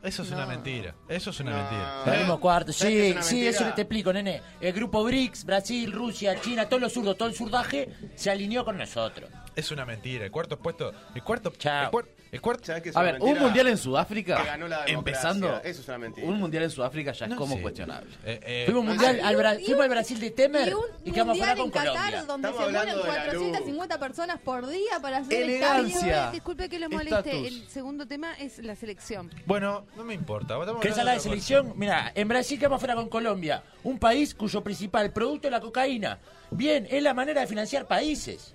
Eso es una mentira. Eso es una mentira. Salimos cuarto. ¿Sabés que Sí, es una sí, mentira? eso te explico, nene. El grupo BRICS, Brasil, Rusia, China, todos los zurdos, todo el surdaje se alineó con nosotros. Es una mentira. El cuarto puesto. El cuarto. El, cuar- el cuarto. es A una ver, un mentira? mundial en Sudáfrica, Que ganó la democracia. empezando, Eso es una mentira. un mundial en Sudáfrica ya es No como sé. cuestionable. Eh, eh, Fuimos, no mundial sé. al Bra- Y un- fuimos al Brasil de Temer Y un y quedamos mundial afuera con en Qatar Colombia. donde Estamos se mueren hablando de la luz. 450 personas por día para hacer Elegancia. el cambio. Disculpe que los moleste. Estatus. El segundo tema es la selección. Bueno, no me importa. estamos ¿Querés hablando otra hablar de cosa. selección? Mira, en Brasil quedamos afuera con Colombia, un país cuyo principal producto es la cocaína. Bien, es la manera de financiar países.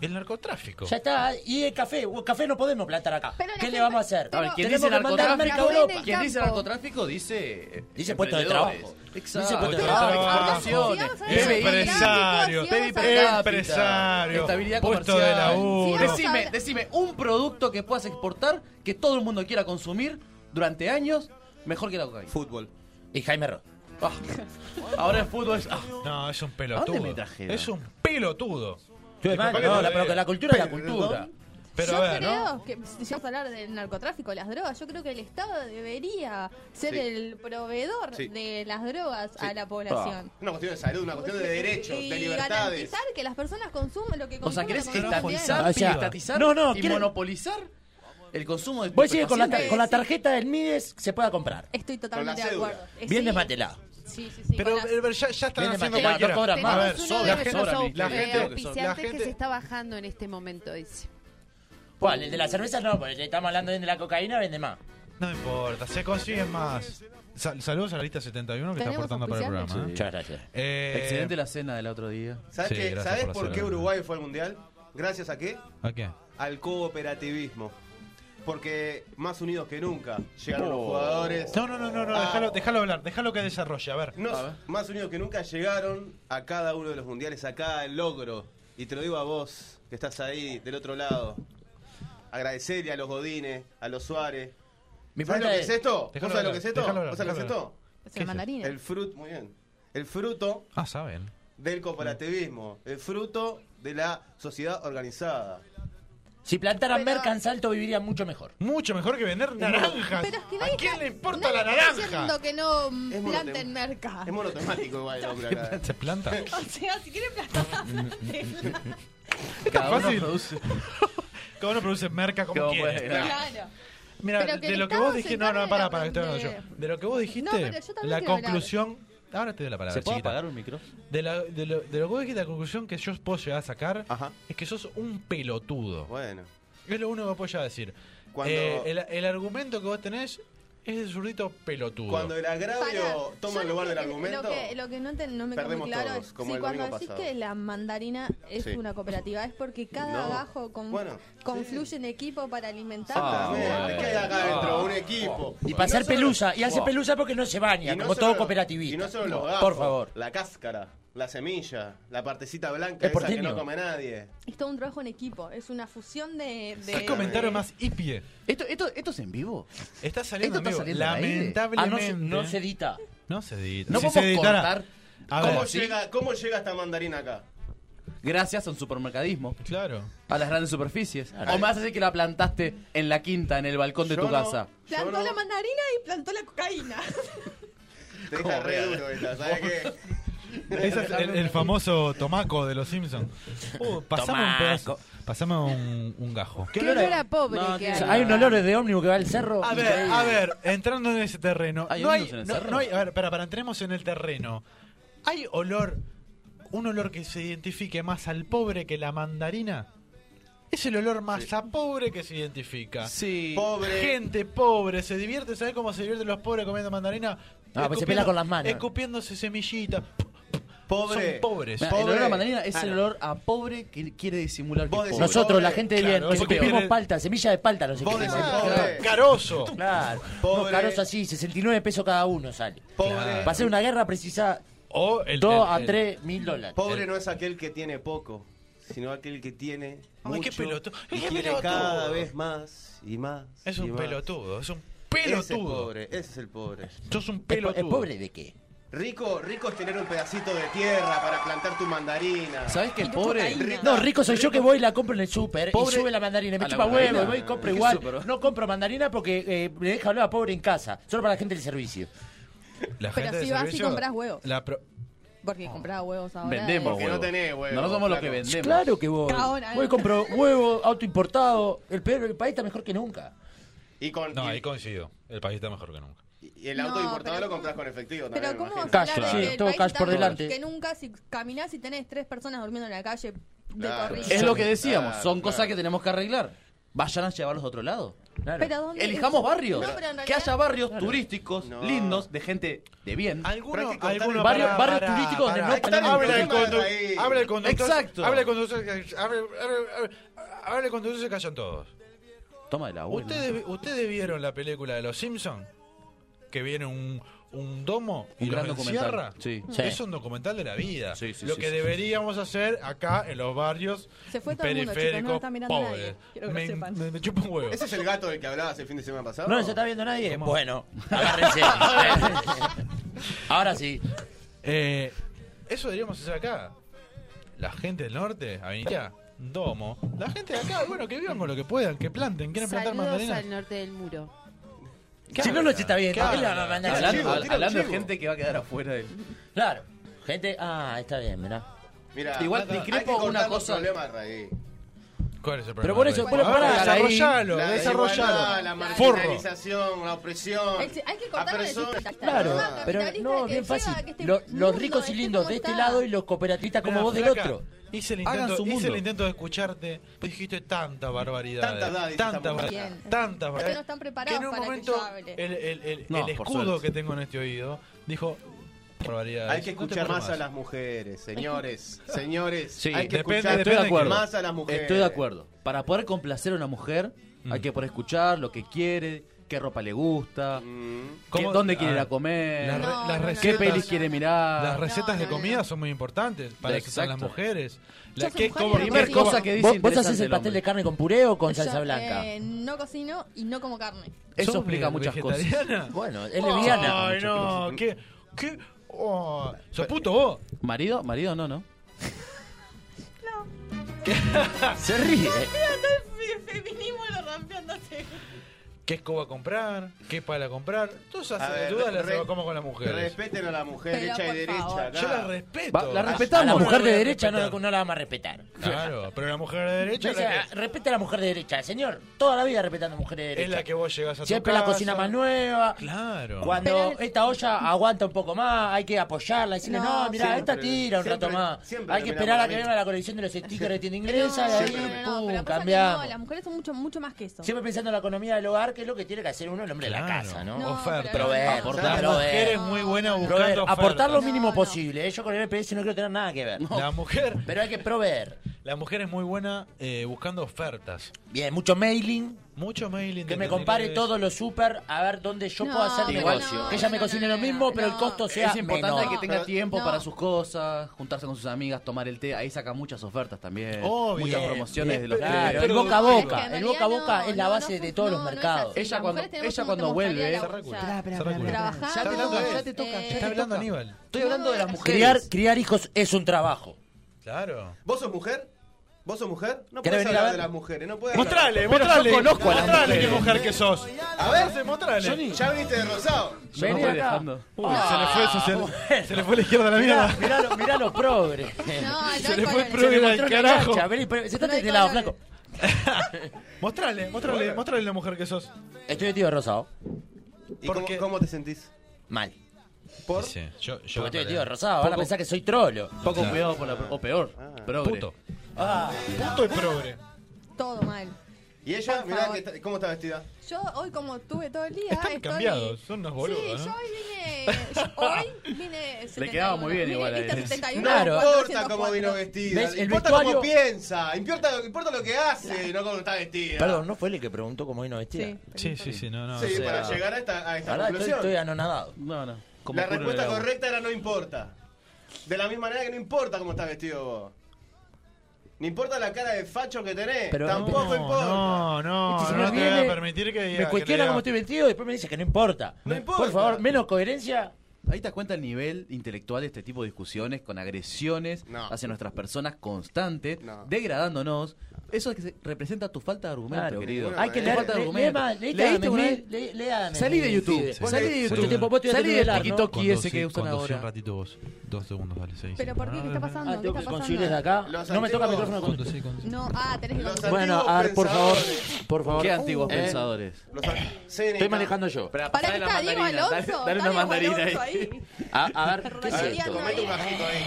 El narcotráfico. Ya está, y el café, o el café no podemos plantar acá. ¿Qué le vamos a hacer? A ver, quien Tenemos dice que mandar América a narcotráfico, Europa. quien dice narcotráfico dice eh, Dice puesto de emprendedores. trabajo. Exacto. Dice puesto de trabajo. exportaciones, PBI, Empresario, PBI per cápita, empresario, estabilidad puesto comercial. de laburo. Decime, decime un producto que puedas exportar que todo el mundo quiera consumir durante años mejor que la cocaína. Fútbol. Y Jaime Ross. Ah, ahora el fútbol es ah, No, es un pelotudo. ¿A dónde me trajeron? Es un pelotudo. Estuve Capaz mal, que no, lo la- vea. pero la cultura es la Perdón. cultura. Pero yo a ver, creo ¿no? que, si vamos a hablar del narcotráfico, las drogas, yo creo que el Estado debería ser Sí. el proveedor Sí. de las drogas a la Ah. población. Ah. Una cuestión de salud, una cuestión de derechos, y de libertades. garantizar que las personas consumen lo que O sea, consumen. ¿querés lo consumen bien. estatizar, O sea, privatizar no, no, y quiere- monopolizar el consumo de Voy a decir que con la, estupefacientes? con la tarjeta del Mides se pueda comprar. Estoy totalmente de cédula. acuerdo. Eh, Bien sí, desmantelado. Sí, sí, sí. Pero con las- eh, ya, ya están Viene haciendo Mateo, cualquiera. dos horas más. A ver, Tenemos uno la de gente, nuestros la auspiciantes. gente, la Auspiciantes que se gente, está bajando en este momento, dice. ¿Cuál? El de la cerveza no, porque estamos hablando bien de la cocaína, vende más. no importa, se consiguen más. Sal- saludos a la lista 71 que está Tenemos aportando para el auspiciantes. programa. ¿eh? Muchas gracias. Eh, Excelente la cena del otro día. ¿Sabes, Sí, qué- gracias ¿sabes por por, hacer qué algo. Uruguay fue al mundial? ¿Gracias a qué? ¿A qué? Al cooperativismo. Porque más unidos que nunca llegaron Oh. Oh. los jugadores. No, no, no, no, no, Ah. déjalo, déjalo hablar, déjalo que desarrolle, a ver. No, más unidos que nunca llegaron a cada uno de los mundiales, a cada logro. Y te lo digo a vos, que estás ahí del otro lado. Agradecerle a los Godines, a los Suárez. Mi ¿Sabes lo pregunta que es- es esto? Déjalo ¿Vos sabés lo hablar, que es esto? déjalo hablar, ¿Vos sabés lo que es déjalo esto? Es el mandarín. ¿eh? El fruto, muy bien. El fruto Ah, saben. del cooperativismo, el fruto de la sociedad organizada. Si plantaran merca en salto vivirían mucho mejor. Mucho mejor que vender naranjas. Pero es que nadie ¿A quién le importa la naranja? diciendo que no mm, Es monotema- planten merca. [laughs] Es monotemático igual el hombre acá. [laughs] ¿Se [laughs] planta? O sea, si quieren plantar merca. Está Cada uno fácil. produce. Cada uno produce merca como Como quiere. puede, Claro. Mira, Pero que de el lo que Estado vos se dijiste, no, no, encargue para, de para, esto no aprender. yo. De lo que vos No, pero dijiste, yo también la quiero hablar. conclusión. Ahora te doy la palabra. ¿Se puede chiquita. apagar un micrófono? De, la- de lo, de lo que vos dijiste, la conclusión que yo puedo llegar a sacar es que sos un pelotudo. Bueno. Es lo único que puedo llegar a decir. Cuando- Eh, el, el argumento que vos tenés es el zurdito pelotudo. Cuando el agravio Pará, toma yo el lo lugar que- del argumento. Lo que, lo que no, enten- no me queda muy este perdemos claro todos, es como si el cuando domingo decís pasado. que la mandarina es Sí. una cooperativa, es porque cada No. gajo con- Bueno, confluye en equipo para alimentar. Ah. Exactamente. Ah, ¿Qué hay acá adentro? Un equipo. Y para hacer no solo- pelusa. Y hace Wow. pelusa porque no se baña, Y no como solo todo lo- cooperativista. Y no solo los Por gajos, favor. La cáscara, la semilla, la partecita blanca esa Es que porteño. no come nadie. Es todo un trabajo en equipo, es una fusión de... de- ¿Qué comentario más hippie? ¿Esto, esto, ¿Esto es en vivo? Está saliendo, ¿Esto está en vivo. saliendo al aire? Lamentablemente. Ah, no se- no se edita. No se [laughs] edita. No Si podemos se editara- cortar. A ¿Cómo ¿Cómo, ver, sí? llega, ¿Cómo llega esta mandarina acá? Gracias a un supermercadismo. Claro. A las grandes superficies. Claro. O más así que la plantaste en la quinta, en el balcón de Yo tu no- casa. Plantó la mandarina y plantó la cocaína. Te deja re duro esta, ¿sabes qué? [laughs] ese es el, el famoso tomaco de los Simpsons. Uh, pasame un pedazo. Pasame un, un gajo. Qué olor a pobre que hay. O sea, hay un olor de ómnibus que va al cerro. A ver, increíble. a ver, entrando en ese terreno. ¿Hay no, hay, ómnibus en el no- cerro? no hay- A ver, para, para, entremos en el terreno. ¿Hay olor, un olor que se identifique más al pobre que la mandarina? Es el olor más a pobre que se identifica. Sí. Pobre. Gente pobre, se divierte, ¿sabes cómo se divierten los pobres comiendo mandarina? Ah, pues se pela con las manos. Escupiéndose semillitas. Pobre. Son pobres. Mira, El olor a mandarina es el olor a pobre que quiere disimular que es pobre. Nosotros, la gente de bien, Claro, que es escupimos peor. palta, semilla de palta, no sé qué. Pobre. Caroso. Claro. Pobre. No, carozo así, 69 pesos cada uno sale. Pobre. Para hacer una guerra precisa O el, 2 a el- 3 mil dólares. Pobre no es aquel que tiene poco, sino aquel que tiene Ay, qué mucho pelotudo. y Ay, qué quiere pelotudo. cada vez más y más. Es y un más. pelotudo, es un Ese es pelotudo. pobre, ese es el pobre. Sos un ¿Es, po- es pelotudo. pobre de qué? Rico, rico es tener un pedacito de tierra para plantar tu mandarina. ¿Sabes qué es pobre? No, rico soy yo que voy y la compro en el súper y Pobre- sube la mandarina. Me A la chupa huevo, mandarina. y voy y compro ¿Qué igual. súper? No compro mandarina porque eh, me deja hablar a pobre en casa. Solo para la gente del servicio. La Pero gente de si vas y servicio, comprás huevos. la pro- Ah. Porque compraba huevos ahora. Vendemos, Porque no huevo. tenés huevo, Nosotros somos los que flaco. vendemos. Claro que voy. Cagón, Voy y compro huevo, auto importado. El peor del país está mejor que nunca. Y con No, y- ahí coincido. El país está mejor que nunca. y el auto No, importado pero- lo compras con efectivo también. Pero me ¿cómo vas imagino. a Cash, hablar de sí, que el todo país cash está por mejor delante. que nunca si caminás y tenés tres personas durmiendo en la calle de Claro. corrido? Es lo que decíamos, Claro, son cosas claro. que tenemos que arreglar. Vayan a llevarlos a otro lado. Claro. Pero ¿dónde Elijamos es? barrios. No, pero en que realidad- haya barrios turísticos, No. lindos, de gente de bien. Algunos Práctico, alguno- Barrio- barrio turístico donde no tenemos- habla el, problemas condu- ahí. habla el conductor. Exacto. Habla el conductor. Habla, habla- habla- habla el conductor y se callan todos. Toma de la buena. ¿Ustedes, ¿Ustedes vieron la película de los Simpsons? Que viene un, un domo y Un los gran documental. encierra. Sí. Sí. Es un documental de la vida. Sí, sí, Lo sí, que sí, deberíamos hacer acá en los barrios Se fue todo el mundo, periféricos chicos, no lo está mirando pobres. nadie. Quiero que me, lo sepan. me- me chupa un huevo. ¿Ese es el gato del que hablabas el fin de semana pasado? No nos está viendo nadie. ¿Cómo? Bueno, agárrense. Ahora sí. Eh, [laughs] eso deberíamos hacer acá. La gente del norte, Avenida, Domo. La gente de acá, bueno, que vivan con lo que puedan, que planten, quieren plantar Saludos mandarinas. al norte del muro. Si no, no se está bien. ¿Qué ¿Para qué habla? la va a mandar? Hablando, Chivo, hab- tira un hablando de chivo. gente que va a quedar afuera del. Claro. Gente, ah, está bien, mirá. Mira, Igual hay que discrepo cortar una los cosa- problemas de raíz. ¿Cuál es el problema? Pero por eso, Bueno, pero a ver, pará, desarrollalo, La desigualdad, desarrollalo. la Forro. marginalización, la opresión. Hay que- hay que a cortar personas- Claro, Ah, pero capitalista no, que bien lleva fácil. que este Lo- los mundo ricos y esté lindos como de este está. lado y los cooperativistas como Mira, vos del flaca, otro. Hice el, Hagan intento, su hice mundo. el intento de escucharte. pues Dijiste tanta barbaridad. eh. Tantas dadis Tanta estamos barbaridad. haciendo. Tanta Es que no están preparados en un para que momento yo hable. el, el- el- No, el por escudo suerte. que tengo en este oído dijo barbaridad. Hay que escuchar más a las mujeres, señores. Señores, Sí, hay que depende- escuchar depende de quién. más a las mujeres. Estoy de acuerdo. Para poder complacer a una mujer, hay que poder escuchar lo que quiere, qué ropa le gusta, Mm. qué- ¿Cómo- dónde a quiere ir ver, a comer, las re- No, las no, no, qué recetas- no, pelis no, quiere no. mirar. Las recetas de no, no. comida son muy importantes para eso son las Exacto. mujeres. Yo soy La que mujer y como- no Primer cocino. cosa que dice ¿Vos, vos haces interesante el pastel hombre. de carne con puré o con salsa Yo, blanca? eh, no cocino y no como carne. Eso ¿Sos explica muchas cosas. vegetariana? Bueno, es lesbiana. Ay, no, qué qué oh, sos puto vos. ¿Marido? ¿Marido no, no? Se ríe. El feminismo lo rampeándote. ¿Qué escoba comprar? ¿qué pala comprar? Todas A esas ver, dudas re- las como con las mujeres. Respeten a la mujer Pero derecha y por favor. derecha. acá. Yo la respeto. Va- la respeto. A la Respetamos. mujer No de la voy a derecha no, respetar. no la vamos a respetar. Claro, pero la mujer de derecha O es la sea, que- respete a la mujer de derecha, señor. Toda la vida respetando a mujer de derecha. es la que vos llegás a tu Siempre la casa. cocina más nueva. Claro. Cuando Pero- esta olla aguanta un poco más, hay que apoyarla, decirle, no, No, mira, siempre, esta tira un siempre, rato más. siempre Hay que terminamos esperar a lo que mismo. venga la colección de los stickers de tienda No, inglesa y no, ahí, no, no, pum, pero pasa que no, Uh, cambiamos. las mujeres son mucho, mucho más que eso. Siempre pensando en la economía del hogar, que es lo que tiene que hacer uno el hombre de la Claro. casa, ¿no? No, Oferta. pero- Proveer, Aportar. proveer. La mujer es muy buena buscando Proveer, ofertas. Aportar lo mínimo posible. ¿eh? Yo con el EPS no quiero tener nada que ver. La mujer. Pero hay que proveer. La mujer es muy buena eh, buscando ofertas. Bien, mucho mailing. Mucho mailing. Que me compare todos los super a ver dónde yo No, puedo hacer pero negocio. no, que ella me cocine lo mismo, pero el costo sea es importante menor. que tenga tiempo para sus cosas, juntarse con sus amigas, tomar el té. Ahí saca muchas ofertas también. Obvio. Eh, Muchas Bien, promociones bien, de los claro, clientes. el boca a Pero- boca, Pero- el boca a boca es la base de todos los mercados. Ella cuando- ella cuando vuelve- Trabajar. Ya te toca, no, ya te toca. eh, ya te hablando toca. Aníbal. Estoy hablando de las mujeres. Criar, criar hijos es un trabajo. Claro. ¿Vos sos mujer? ¿Vos sos mujer? No ¿Querés puedes venir a hablar ver? de las mujeres, no puedes Mostrale, hablar. mostrale. conozco a las mostrale qué mujeres. mujer que sos. A ver, mostrale. Ya viniste de rosado. Vení estoy acá. viajando. Uy, Ah. se le fue el social- se le fue la izquierda a la Mirá, mierda. mirá lo- mirá los [laughs] progres. no Se le hay fue el colores. Se le progre al mostró una carajo. cancha. Vení, pero- No Sentate hay de este lado, colores. flaco. Mostrale, mostrale, Bueno. mostrale la mujer que sos. Estoy vestido de rosado. ¿Y cómo, cómo te sentís? Mal. ¿Por? yo, Porque estoy vestido de rosado. Van a pensar que soy trolo. Poco cuidado por la. O peor, Ah. progre. Puto. Ah, Puto y progre. Todo mal. ¿Y ella? Por Mirá, favor. que está- ¿cómo está vestida? Yo hoy como tuve todo el día. estoy... cambiados, son unos boludos, Sí, ¿no? yo hoy vine. yo hoy vine. 71. quedaba muy bien igual a Vine lista él. 71, No con importa 404. cómo vino vestida, ¿Ves? no El importa vestuario- cómo piensa, importa, importa lo que hace, no cómo está vestida. Perdón, ¿no fue él el que preguntó cómo vino vestida? Sí. Sí, sí, sí, no, no. Sí, o sea, para llegar a esta, a esta Ahora estoy, conclusión. estoy anonadado. No, no. La respuesta correcta era no importa. De la misma manera que no importa cómo estás vestido vos. No importa la cara de facho que tenés. Pero- tampoco no, importa. No, no, Este no señor te voy a viene, permitir que diga Me que cuestiona le diga- cómo estoy vestido y después me dice que no importa. No importa. Por favor, menos coherencia. Ahí te das cuenta el nivel intelectual de este tipo de discusiones con agresiones hacia nuestras personas constantes, degradándonos. Eso es que se- representa tu falta de argumento, Claro, querido. Hay que Tu leer. falta de le- argumento. Lee más, leíste ¿Leíste Adam una Smith, vez? le- lee Adam Salí de Smith, YouTube. pibe. Sí. Salí de Mucho YouTube. tiempo, vos te ibas a Salí tener del que hablar, ¿no? TikTok y ese Conducí- que usan conducí ahora. un ratito vos. Dos segundos, dale, seis. Pero ¿por qué? ¿Qué está pasando? Ah, ¿Qué tengo está que pasando? conseguir desde acá. Los No me toca antiguos- el micrófono. con- Conducí, conducí. No, ah, tenés que Los conseguir. Bueno, antiguos a ver, por favor. pensadores. Por favor. ¿Qué antiguos Eh, pensadores? Los an- Seneca. Estoy manejando yo. Para que está Diego Alonso. dale está una Diego mandarina Alonso ahí. A, a ver, ¿qué es Rollería esto? no hay.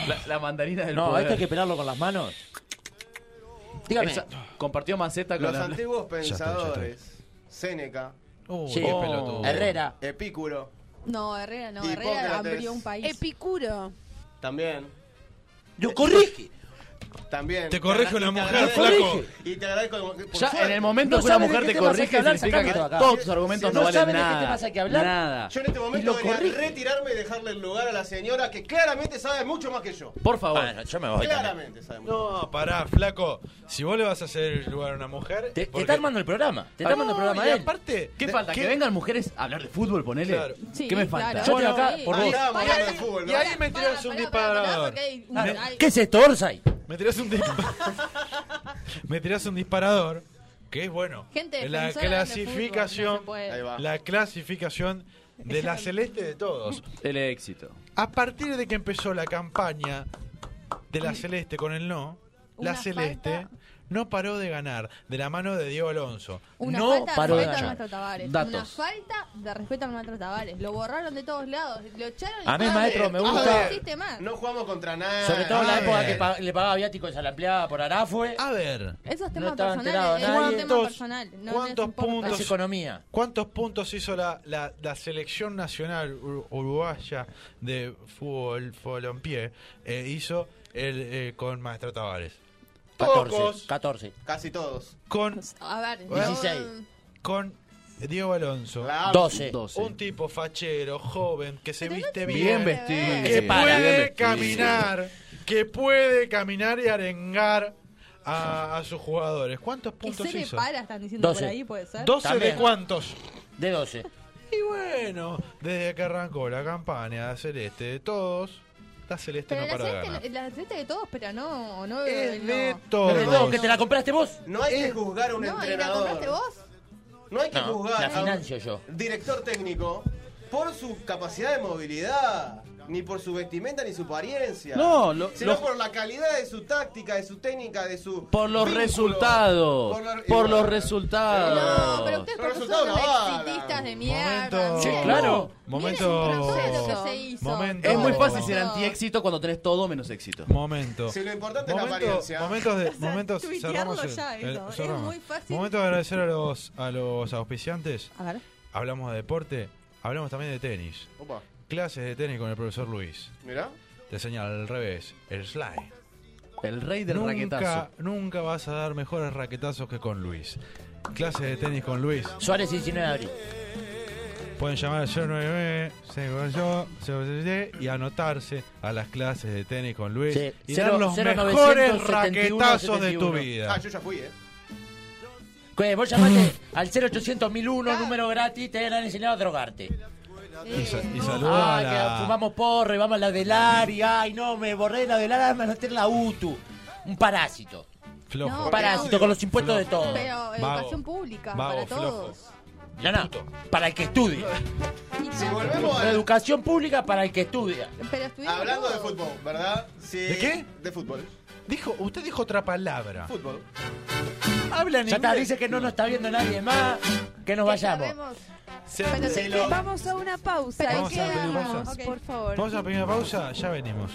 La, la mandarina del No, poder. esto hay que pelarlo con las manos. Dígame. Esa- compartió maceta con Los la- antiguos Ya estoy, ya estoy. pensadores. Séneca. Uy, Sí. qué Oh. pelotudo. Herrera. Epicuro. No, Herrera no. Herrera Hipócrates. abrió un país. Epicuro. También. Yo corrige. También. Te corrige una Y te mujer, agradezco- flaco. Y te agradezco. por Ya suerte. en el momento No que una saben de mujer qué te temas hay que corrige, hablar, significa sacame que todo acá. todos tus No argumentos no valen saben de qué nada. temas hay que hablar. Nada. Yo en este Y momento lo venía a corrige. retirarme y dejarle el lugar a la señora que claramente sabe mucho más que yo. Por favor. Bueno, yo me voy. también. Claramente sabe mucho. No, pará, flaco. Si vos le vas a hacer el lugar a una mujer. Te, te porque- está armando el programa. Te está armando el No, programa y él. aparte. ¿Qué de- falta? ¿Que vengan mujeres a hablar de fútbol, ponele? Claro. Sí, ¿Qué me falta? claro. Yo estoy acá Sí. por Ah, vos. estábamos hablando de fútbol, ¿no? Y ahí me tirás un disparador. Ah, ¿Qué es esto, Orsay? Me tirás un disparador. [laughs] me tirás un disparador. Que es bueno. Gente, la defensora de fútbol, no clasificación. se puede. Ahí va. la clasificación [laughs] de la celeste de todos. El éxito. A partir de que empezó la campaña de la celeste con el no, la Una celeste falta- no paró de ganar de la mano de Diego Alonso. Una no falta paró de de respeto a ganar. Maestro Tavares. Datos. Una falta de respeto a Maestro Tavares. Lo borraron de todos lados. Lo echaron y A mí, todo. maestro, me No gusta- existe más. No jugamos contra nada. Ah, Sobre todo en la a época ver. Eh. que pa- le pagaba viático y se la empleaba por Arafue. Eh, A ver, Eso es No tema estaba enterado personal. Es nadie. un tema ¿Cuántos- personal. No, cuántos no es un poco puntos? Es personal. economía. ¿cuántos puntos hizo la, la- la selección nacional ur- uruguaya de fútbol folompié? eh, hizo el, eh, con Maestro Tavares. 14. Pocos. 14. Casi todos. Con, A ver. Bueno. 16. con Diego Alonso. La amo. 12. 12. Un tipo fachero, joven, que se Pero no viste tiene bien. Bien Bien vestido. vestido. que Sí, para. puede Bien caminar, que puede caminar y arengar a, a sus jugadores. ¿Cuántos Que puntos se le hizo? para, están diciendo Doce. por ahí, puede ser. 12 También. de cuántos. De 12. Y bueno, desde que arrancó la campaña de Celeste de todos, la Celeste Pero no la para de ganar. celeste, la celeste de todos, pero no. no Es no. de Pero no, todos. que te la compraste vos. No hay Eh. que juzgar a un No, ¿y la entrenador. compraste vos? No hay que No, juzgar la a un financio yo. director técnico por su capacidad de movilidad. ni por su vestimenta ni su apariencia. No, lo- sino lo- por la calidad de su táctica, de su técnica, de su. Por los vínculo. resultados. Por Por, los- los resultados. No, pero ustedes Pero porque son unos resultado no vale. exitistas de mierda. Ah. Sí, miren. claro. Miren Momento. todo lo que se hizo. Momento. Es muy fácil ser anti-éxito cuando tenés todo menos éxito. Momento. Si lo importante Momento- es la apariencia. [laughs] Momentos de, momentos tuitearlo cerramos el- ya, el- eso. Es cerramos. muy fácil. Momento de agradecer a los a los auspiciantes. A ver. Hablamos de deporte, hablamos también de tenis. Opa, Clases de tenis con el profesor Luis. mirá. Te señala al revés, el slide. El rey del nunca, raquetazo. Nunca vas a dar mejores raquetazos que con Luis. Clases de tenis con Luis. Suárez 19 de abril. Pueden llamar al 099 y anotarse a las clases de tenis con Luis Sí. y Cero- dar los 0971 mejores raquetazos de tu 71. vida. Ah, yo ya fui, eh. Que vos llamate al 0800 1001, número gratis, te han enseñado a drogarte. Y, sa- y saluda Ah, a la- que fumamos porro y vamos a la delar y ay no, me borré la delar, me anoté en la UTU. Un parásito. Flojo. Un parásito con los impuestos de todos. Pero educación pública Vago, para flojo. todos. Ya no, para el que estudie. volvemos a- Educación pública para el que estudia. Pero estudiamos Hablando de todo. fútbol, ¿verdad? Sí. ¿De qué? De fútbol. Dijo, usted dijo otra palabra. Fútbol. Hablan ya está, dice que no nos está viendo nadie más, que nos vayamos. Vamos. Se- Pero se sí, lo- Vamos a una pausa. Pero Vamos a una pequeña Quedamos, pausa. por favor. Vamos a la primera pausa, ya venimos.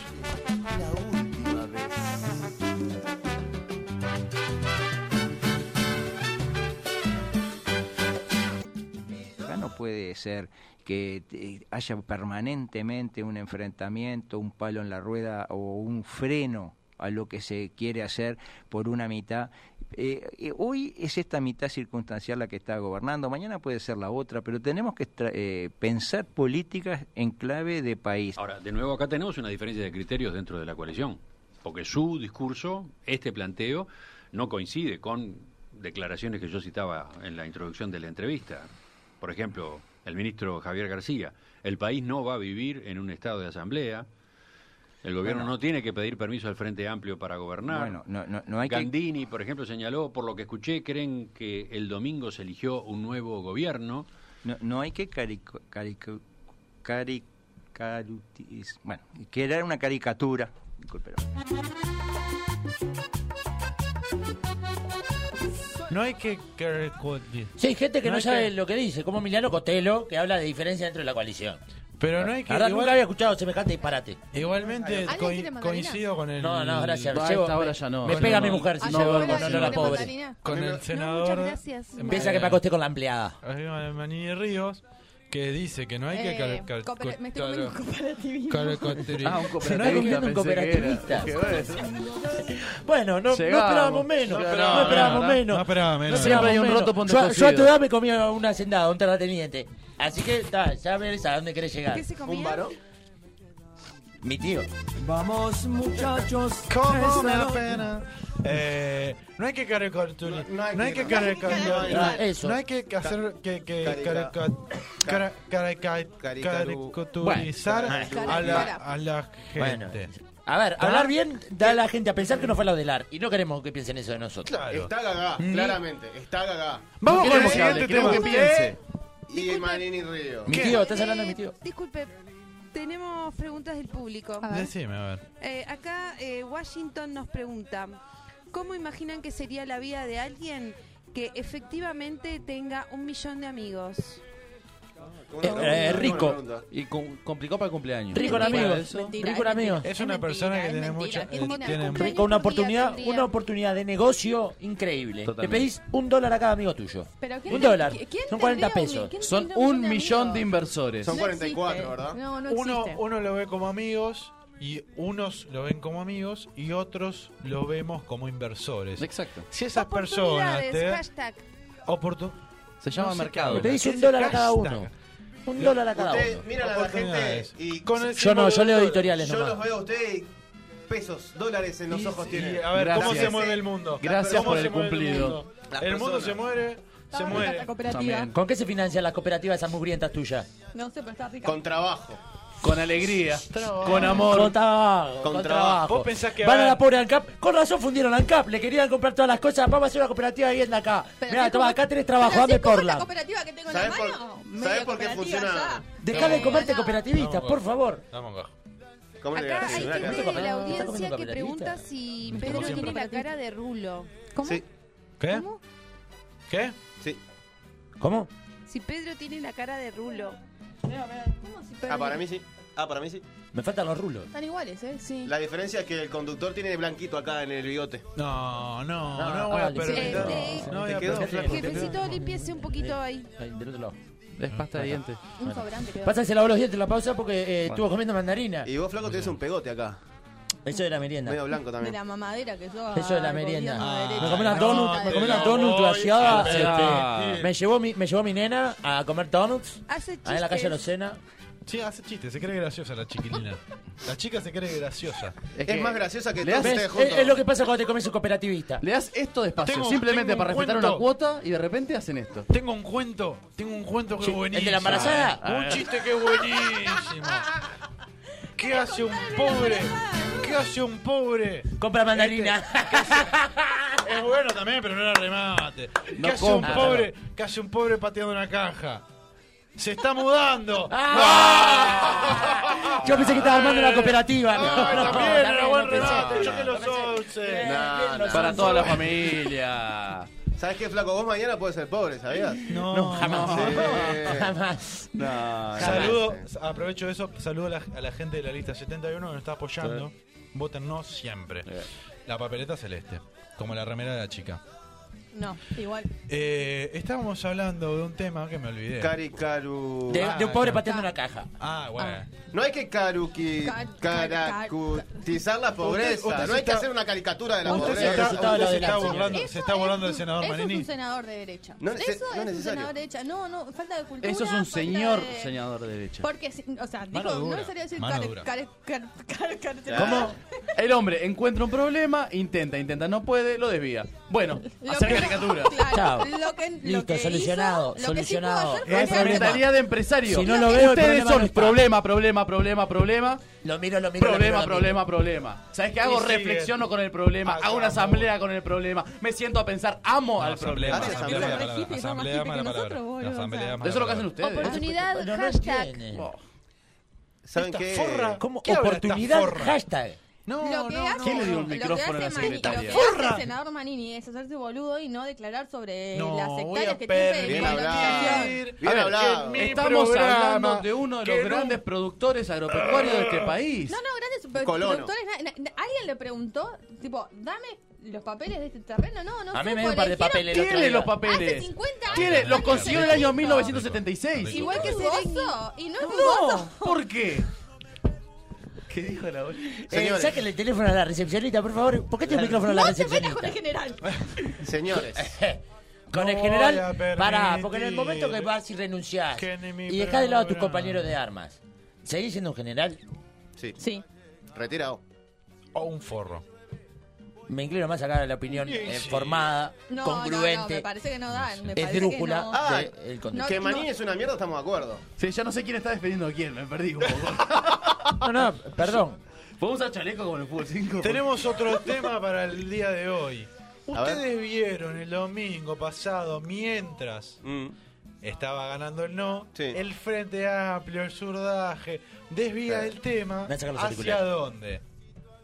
Ya no puede ser que eh, haya permanentemente un enfrentamiento, un palo en la rueda o un freno a lo que se quiere hacer por una mitad. Eh, eh, hoy es esta mitad circunstancial la que está gobernando, mañana puede ser la otra, pero tenemos que tra- eh, pensar políticas en clave de país. Ahora, de nuevo, acá tenemos una diferencia de criterios dentro de la coalición, porque su discurso, este planteo, no coincide con declaraciones que yo citaba en la introducción de la entrevista. Por ejemplo, el ministro Javier García, el país no va a vivir en un estado de asamblea, el gobierno Bueno. no tiene que pedir permiso al Frente Amplio para gobernar. Bueno, no, no- no hay que... Gandini, por ejemplo, señaló, por lo que escuché, creen que el domingo se eligió un nuevo gobierno. No, no hay que carico, carico- cari- carutiz- bueno, que era una caricatura. Disculpe. No hay que... que- Sí, hay gente que no, hay sabe lo que dice, como Emiliano Cotelo, que habla de diferencia dentro de la coalición. Pero no hay que- La verdad, igual- nunca había escuchado semejante disparate. Igualmente ¿Alguien coi- quiere mandarina? coincido con el... No, no, gracias. Llevo- Llevo- ahora ya no. Me Con pega el- mi mujer si no, no, no, bueno, no, sí, la no, pobre. mandarina. Con el senador... gracias. Piensa que me acosté con la empleada. Arriba de Manini Ríos, que dice que no hay que... Eh, cal- cal- cooper- me estoy cal- comiendo un [laughs] cooperativismo. cal- cal- Ah, un Se cooperativista, nos ha comido un pensé que era. cooperativista. Bueno, no, no Llegamos. esperábamos menos. No No esperábamos, esperábamos no, menos. no esperábamos menos. esperábamos Siempre hay un menos. roto por un Yo, yo a tu descosido. edad me comí un hacendado, un terrateniente. Así que ta, ya ves a dónde querés llegar. ¿Qué se comía? ¿Un varón? Mi tío. Vamos muchachos. ¿Cómo me da pena? Eh, no hay que caricaturizar. No, hay que caricaturizar. Eso. No hay que hacer que, que Carica- carica- cara- carica- Caricaru- caricaturizar Bueno. a, la, a la gente. Bueno, A ver, hablar bien da a la gente a pensar que no fue la del AR. Y no queremos que piensen eso de nosotros. Está gagá, Ni- claramente. Está gagá. Vamos No con el queremos siguiente hablar, tema. queremos que piense. Y Disculpe. Manini Río. Mi tío, estás hablando de mi tío. Disculpe, tenemos preguntas del público. Decime, a ver. Eh, acá eh, Washington nos pregunta, ¿cómo imaginan que sería la vida de alguien que efectivamente tenga un millón de amigos? Eh, eh, rico. pregunta. Y com- complicó para el cumpleaños. Rico en Mentira, amigos. eso. Mentira, Rico en es amigos. mentira, Es una persona que tiene mucha. eh, tiene Rico, una oportunidad, una oportunidad de negocio increíble. Totalmente. Le pedís un dólar a cada amigo tuyo. Pero ¿quién Un te- dólar. qui- quién tendría Son 40 un pesos. mi- quién Son tendría un millón de millón de amigos? inversores. Son No 44, existe. ¿verdad? No, no uno, existe. uno lo ve como amigos y unos lo ven como amigos y otros lo vemos como inversores. Exacto. Si esas personas te Oportunidades, hashtag. oportun- Se llama sé mercado. qué Le pedís habla. un dólar a cada Hashtag. uno. Un dólar a cada Ustedes uno. miran a la gente Oportunidades. y Con el Yo no, yo leo Yo editoriales Yo nomás. los veo a ustedes y pesos, dólares en los ojos tienen. A ver, ¿cómo Gracias. se mueve el mundo? Gracias ¿Cómo por se el mueve cumplido. mundo? Las El mundo personas. se muere, se Estaba muere. la cooperativa. También. ¿Con qué se financian las cooperativas esas mugrientas tuyas? No sé, pero está rica. Con trabajo. Con alegría. Trabajo. Con amor. Con trabajo. Con Con, trabajo. trabajo. Vos pensás que Van ahora- a la pobre ANCAP. Con razón fundieron ANCAP. Le querían comprar todas las cosas. Vamos a hacer una cooperativa de vivienda acá. Pero Mirá, así toma, como- acá tenés trabajo. pero así Dame como por esta la. cooperativa que tengo en la ¿Sabés mano? por, medio ¿sabés por qué cooperativa funciona? ya. Dejá de comerte cooperativista, por favor. Dame un gajo. ¿Cómo le Acá haces? hay Una gente cara. de la ¿Está comiendo audiencia que capitalista? pregunta si Como Pedro siempre. tiene la cara de rulo. ¿Cómo? Sí. ¿Qué? ¿Qué? Sí. ¿Cómo? Si Pedro tiene la cara de rulo. Ah, para mí sí. Ah, para mí sí. Me faltan los rulos. Están iguales, ¿eh? Sí. La diferencia es que el conductor tiene blanquito acá en el bigote. Ah, No, no, no, voy a Este, perder. no, voy a quedó perder. flaco. Jefecito, límpiese un poquito ahí. Del otro lado. Es pasta de dientes. Un sobrante quedó. Pasa que se lavó los dientes en la pausa porque eh, Bueno. estuvo comiendo mandarina. Y vos, flaco, tenés un pegote acá. Eso de la merienda. Medio blanco De también. la mamadera que yo. Eso de la al merienda. gobierno de me derecha. comí unas No, donuts, me te comí unas lo donuts voy glaseadas, a este, decir. me, llevó mi, me llevó mi nena a comer donuts. Hace Ahí Ah, en la calle Rosena. Sí, hace chistes, se cree graciosa la chiquilina. La chica se cree graciosa. Es Eh, que- más graciosa que Le todos das- ustedes es, juntos. es lo que pasa cuando te comes un cooperativista. Le das esto despacio, Tengo- simplemente tengo para un respetar cuento. una cuota y de repente hacen esto. Tengo un cuento, tengo un cuento que Sí, es buenísimo. Ah, ¿el de la embarazada? A Un ver. chiste que es buenísimo. ¿Qué hace un pobre? ¿Qué hace un pobre? Este, Compra mandarina. Es bueno también, pero no era remate. ¿Qué No hace compra, un pobre? ¿Qué hace un pobre pateando una caja? Se está mudando. Ah. Yo pensé que estaba armando una cooperativa. No, no, También era no buen pensé. remate. Choque los once. No, no. para toda la familia. ¿Sabes qué, flaco? Vos mañana puedes ser pobre, ¿sabías? No, Sí. Jamás. No, Saludo, aprovecho eso, saludo a la, a la gente de la lista 71 que nos está apoyando. Vótennos siempre. La papeleta celeste, como la remera de la chica. Ah. No, igual. Eh, estábamos hablando de un tema que me olvidé. Caricaru. De, de un pobre pateando una caja. Ah, bueno. No hay que caruqui, Car- caracutizar la pobreza. Usted- usted no se hay que está- hacer una caricatura de la Usted pobreza. se está, usted se está Eso burlando, es se está burlando del senador Eso es Manini. un senador de derecha. No eso nece- es no un necesario. senador de derecha. No, no, falta de cultura. Eso es un falta señor de- señador de derecha. Porque, si- o sea, digo, Mano no dura, es necesario decir mano care- dura. care- care- care- care- ¿Cómo? El hombre encuentra un problema, intenta, intenta, no puede, lo desvía. Bueno, hacer caricatura. Chao. Lo que, lo Listo, que solucionado, hizo, lo que sí solucionado. pudo hacer No hay Es problema. mentalidad de empresario. Si no lo veo, el ustedes problema son no está. problema, problema, problema, problema. Lo miro, lo miro, lo Problema, miro, lo problema, miro. problema. ¿Sabes qué hago? Y sigue. Reflexiono con el problema, hago una asamblea con el problema, me siento a pensar, amo al problema. asamblea, asamblea, mala palabra, asamblea, mala palabra. Asamblea, mala Eso es lo que hacen palabra. ustedes. Oportunidad, No, no hashtag. entienden. Oh. ¿Saben Esta qué? forra, ¿Cómo ¿Qué habla oportunidad, esta forra? hashtag. lo que hace, ¿Quién le dio el lo que micrófono a la hace Mani- secretaria? Lo que hace el senador Manini es hacerse boludo y no declarar sobre No, las voy hectáreas a que tiene perder. de Bien colonización. Bien A ver, hablado. mi Estamos programa, hablando de uno de que los no- grandes productores agropecuarios de este país. No, no, grandes pe- Colono. productores. na- na- alguien le preguntó, tipo, dame los papeles de este terreno. No, no A mí supo, me dio un le par de dijeron- papeles. Tiene los Hace papeles. 50 años. Tiene, lo consiguió en el año Igual 1976. Igual que Cerezo. Y no es No, dudoso. [laughs] ¿por qué? ¿Qué dijo la olla? Eh, Señores. sáquenle el teléfono a la recepcionista, por favor. ¿Por qué tiene el micrófono a la No se meta recepcionista? con el general. Señores. [laughs] Con el No voy a general, permitir pará, porque en el momento que vas y renunciás que ni mi y dejás de lado a tus programa. compañeros de armas, ¿seguís siendo un general? Sí. Sí. Retirado. O un forro. Me inclino más acá a la opinión Sí, eh, sí. formada, No, no, no, me congruente. parece que no dan. me parece que esdrújula no. de- Ah, el no, contenido. que no. Manín es una mierda, estamos de acuerdo. Sí, ya no sé quién está defendiendo a quién, me perdí un poco. No, no, perdón. ¿Podemos usar chaleco como en el fútbol 5? Tenemos otro tema para el día de hoy. A ver. Ustedes vieron el domingo pasado, mientras Mm. estaba ganando el no, el Frente Amplio, el surdaje, desvía el tema Me sacan los hacia auriculares. dónde?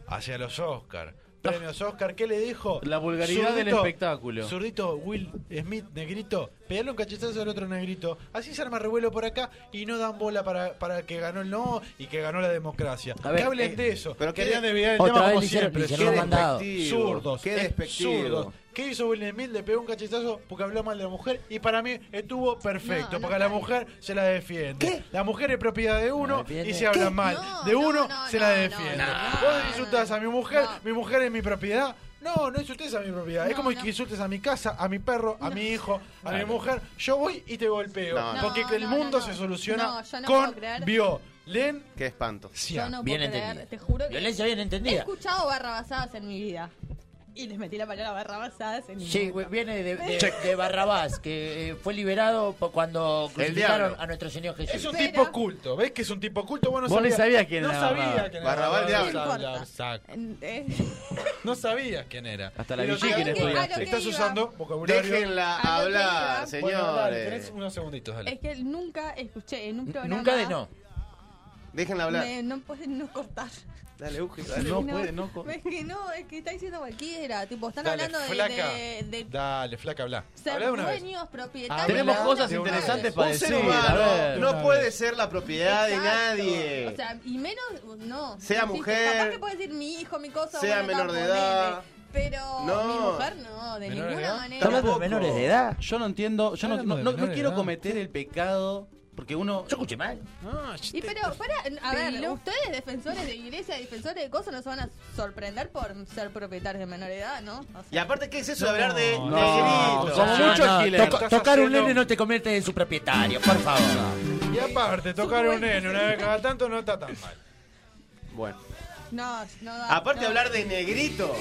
Hacia los Oscar. Premios Oscar, ¿qué le dijo? La vulgaridad del Zurdito- espectáculo. Zurdito, Will Smith, negrito, pegarle un cachetazo al otro negrito. Así se arma revuelo por acá y no dan bola para, para que ganó el no y que ganó la democracia. A ver, que hablen eh, de eso. pero qué- Querían desviar el Otra tema vez como le hicieron- siempre. le hicieron Qué un mandado. despectivo, Zurdos. qué es despectivo. zurdos. ¿Qué hizo Will Smith? Le pegó un cachetazo porque habló mal de la mujer y para mí estuvo perfecto, porque la mujer se la defiende. La mujer es propiedad de uno defiende? y se habla ¿Qué? mal. de uno se la defiende. Vos insultás a mi mujer, mi mujer es mi propiedad. No, no insultes a mi propiedad. es como que insultes a mi casa, a mi perro, a mi hijo, a mi mujer. Yo voy y te golpeo. No, no. porque el mundo se No, soluciona yo no con puedo creer. violencia. Qué espanto. Yo no Bien puedo creer, entendida. te juro que Violencia bien he entendida. escuchado barrabasadas en mi vida. Y les metí la palabra barrabasadas en mi Sí, boca. güey, viene de, de- de Barrabás, que eh, fue liberado po- cuando crucificaron diablo. a nuestro Señor Jesús. Es un tipo oculto. ¿Ves que es un tipo oculto? Bueno, Vos ni sabías quién no era sabía Barrabás. quién Barrabás el Barrabás. diablo. Habla, sac. Eh, [laughs] No sabías quién era. Hasta la Pero Villiqui sí, le ¿qué- estudiaste. a lo que Estás iba. usando vocabulario. A Déjenla lo que iba. hablar, Bueno, dale, señores. tenés unos segunditos, dale. eh, Es que nunca escuché en un programa. Nunca de no. Déjenla hablar. Me- no pueden no cortar. Dale, Uge, Es dale. que Es que no, es que está diciendo cualquiera. Tipo, están Dale, hablando de, flaca. de, de Dale, flaca, habla. ser Habla de una vez. dueños, propietarios. Tenemos de cosas una interesantes vez. para Un ser decir, humano a ver. no puede ser la propiedad de Exacto. nadie. O sea, y menos, uh, no. Sea Sí, sí, mujer, Capaz que puede decir mi hijo, mi cosa. sea bueno, menor está, de ponele. edad. Pero No. mi mujer no, de ¿Menor de ninguna edad? manera. ¿Está hablando Tampoco. de menores de edad? Yo no entiendo, yo no, Hablando no, de no- no menores de quiero edad. cometer el pecado porque uno... Yo escuché mal. Y pero, para, a ver, Pero- ustedes defensores de iglesia, defensores de cosas, no se van a sorprender por ser propietarios de menor edad, ¿no? O sea, Y aparte, ¿qué es eso de hablar de No, negrito? como mucho alquiler. Estás tocar un haciendo- nene no te convierte en su propietario, por favor. Y aparte, tocar un nene una vez cada tanto no está tan mal. Bueno. no, no da. Aparte no. hablar de negrito.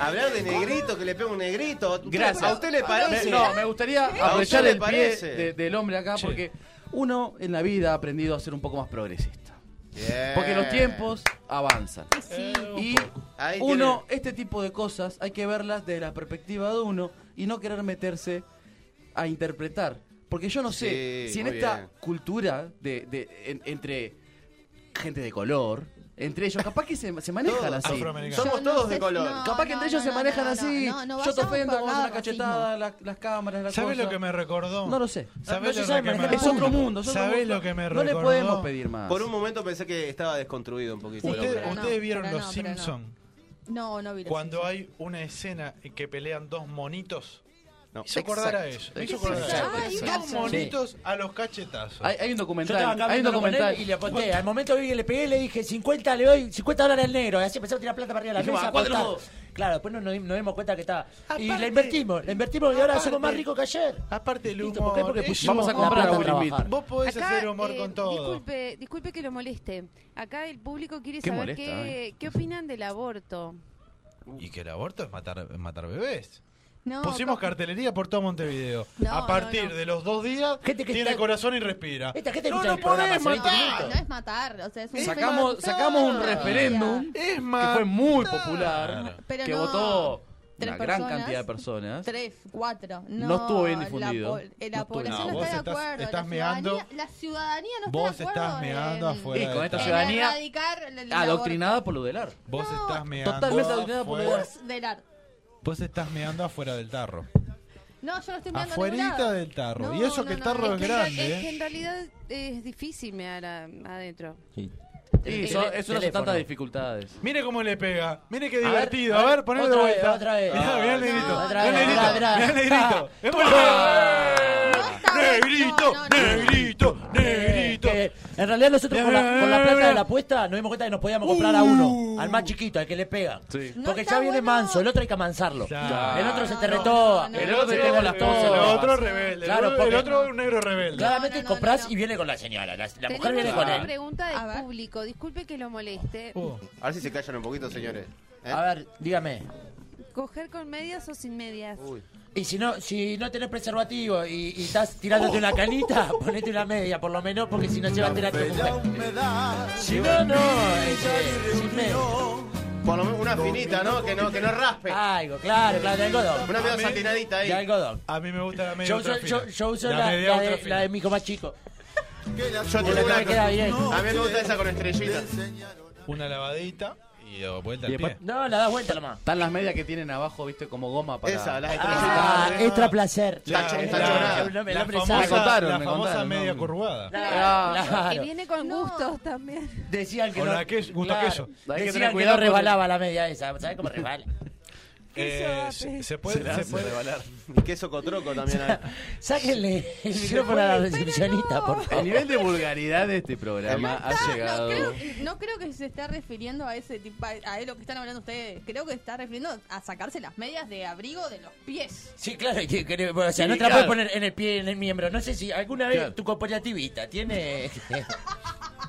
Hablar de negrito, que le pega un negrito. Gracias. ¿A usted le parece? Me- no, me gustaría aprovechar le el pie parece? de- del hombre acá Sí. porque uno en la vida ha aprendido a ser un poco más progresista. Bien. Porque los tiempos avanzan. Eh, Y Ahí uno, este tipo de cosas hay que verlas desde la perspectiva de uno y no querer meterse a interpretar. Porque yo no sé Sí, si en muy esta bien. cultura de, de- en- entre gente de color, entre ellos, capaz que se, se manejan Todos así. afroamericanos. Somos Yo no todos de sé- color. no, capaz que entre no, ellos no, se no, manejan no, así. no, no yo te vamos ofendo, por vamos a nada, una cachetada, la- las cámaras, la ¿Sabes cosa. lo que me recordó? No lo sé. ¿Sabes No se lo sabe que me manejar. Es otro mundo, es otro ¿Sabés mundo. lo que me No le recordó? podemos pedir más. Por un momento pensé que estaba desconstruido un poquito. Usted- el hombre. ustedes vieron pero Los no, pero no. Simpsons. No, no vi los Cuando Simpsons. hay una escena en que pelean dos monitos. No. Hizo acordar a Exacto, eso. Me hizo exacto, acordar a exacto, eso. exacto. Dos Sí. monitos a los cachetazos. Hay, hay un Yo estaba documental. acá Hay un hablando con él documental. y le aposté. Al momento que le pegué, le dije 50, le doy 50 dólares al negro. Y así empezamos a tirar plata para arriba de la Dijimos, mesa. "A cuatro apostar". dos. Claro, después nos, nos dimos cuenta que estaba. y Aparte- la invertimos, la invertimos y ahora somos aparte- más ricos que ayer. Aparte el ¿por qué? Porque humor, pusimos Vamos a la comprar plata a Will trabajar. Smith. Vos podés hacer humor eh, con todo. Disculpe, disculpe que lo moleste. Acá el público quiere Qué saber molesta, qué, eh. qué opinan del aborto. Y que el aborto es matar, matar bebés. No, Pusimos cartelería por todo Montevideo. No, a no, partir de los dos días, tiene corazón y respira. Esta gente no escucha lo el programa podés hace 20 matar. No es matar, o sea, es un Sacamos, fenómeno. sacamos un referéndum Es que más, fue muy popular, Pero que no, votó tres una gran personas. cantidad de personas. Tres, cuatro. No, No estuvo bien la difundido. po- eh, La, No estuvo bien. población no, No, vos está de estás- acuerdo. estás la meando. ciudadanía- La ciudadanía no está Vos de acuerdo. estás meando afuera. Y con de esta todo. ciudadanía erradicar el- el adoctrinada por lo del ar. Vos estás meando. Totalmente adoctrinada por lo del afuera. ar. aborto. Del ar. Vos estás meando afuera del tarro. No, yo no estoy mirando a ningún Afuerita lado. del tarro. No, y eso no, que el no, tarro no, es que en grande. Es ¿eh? que en realidad es difícil mear a- adentro. Y El son, tele- es una teléfono. tantas dificultades. Mire cómo le pega. Mire qué A ver, divertido. A ver, ponelo de otra vez, vuelta. otra vez. Mirá, mirá el No, negrito. otra mirá el vez, negrito. otra vez. Mirá [laughs] el negrito. Es bueno. Negrito, negrito, negrito. Eh, En realidad nosotros con la, con la plata de la apuesta nos dimos cuenta que nos podíamos comprar Uh. a uno, al más chiquito, al que le pega. Porque ya viene manso, el otro hay que amansarlo. Claro. El otro se te retoba, el otro se te con las cosas. El lo otro pasa. rebelde. Claro, el, porque- otro es un negro rebelde. Claramente compras y viene con la señora. La, la mujer viene Tenemos con una él. pregunta del público. Disculpe que lo moleste. Uh. Oh. A ver si se callan un poquito, señores. ¿Eh? A ver, dígame. ¿Coger con medias o sin medias? Y si no, si no tenés preservativo y, y estás tirándote [laughs] una canita, Oh. ponete una media, por lo menos, porque si no llévate la tu mujer. Si no, no, eso es sin media. Por lo menos una finita, ¿no? Que no, que no raspe. Algo, claro, claro, de algodón. Una medio satinadita ahí. De algodón. A mí me gusta la media Yo uso, ultrafina. yo, yo uso La la, media la de, ultrafina. la de mi hijo más chico. Yo Que tengo la que una me queda bien. A mí me gusta esa con Eh, estrellitas. Una lavadita y de vuelta al Y después- pie. No, la das vuelta nomás. Están las medias que tienen abajo, viste, como goma para. Esa, las Ah, extra placer. ¿eh? Está cho- está Claro, chonada. el hombre- el La hombre famosa- sabe. Me contaron, la me famosa contaron, media no. curvada. Claro. Que viene con gustos también. Decían que Con no. la que- gusto a queso. Hay que Decían tener que cuidado no con resbalaba la media esa. ¿Sabes cómo [laughs] resbala? Eh, ah, se, se puede, se puede Y queso cotroco también. hay. Sáquenle el micrófono a la recepcionista, por favor. El nivel de vulgaridad de este programa ha llegado. Creo- no creo que se esté refiriendo a ese tipo, a, a lo que están hablando ustedes. Creo que está refiriendo a sacarse las medias de abrigo de los pies. Sí, claro, que- que- o sea, Sí, no te la claro. puedes poner en el pie, en el miembro. No sé si alguna vez Claro. tu [laughs] cooperativista tiene...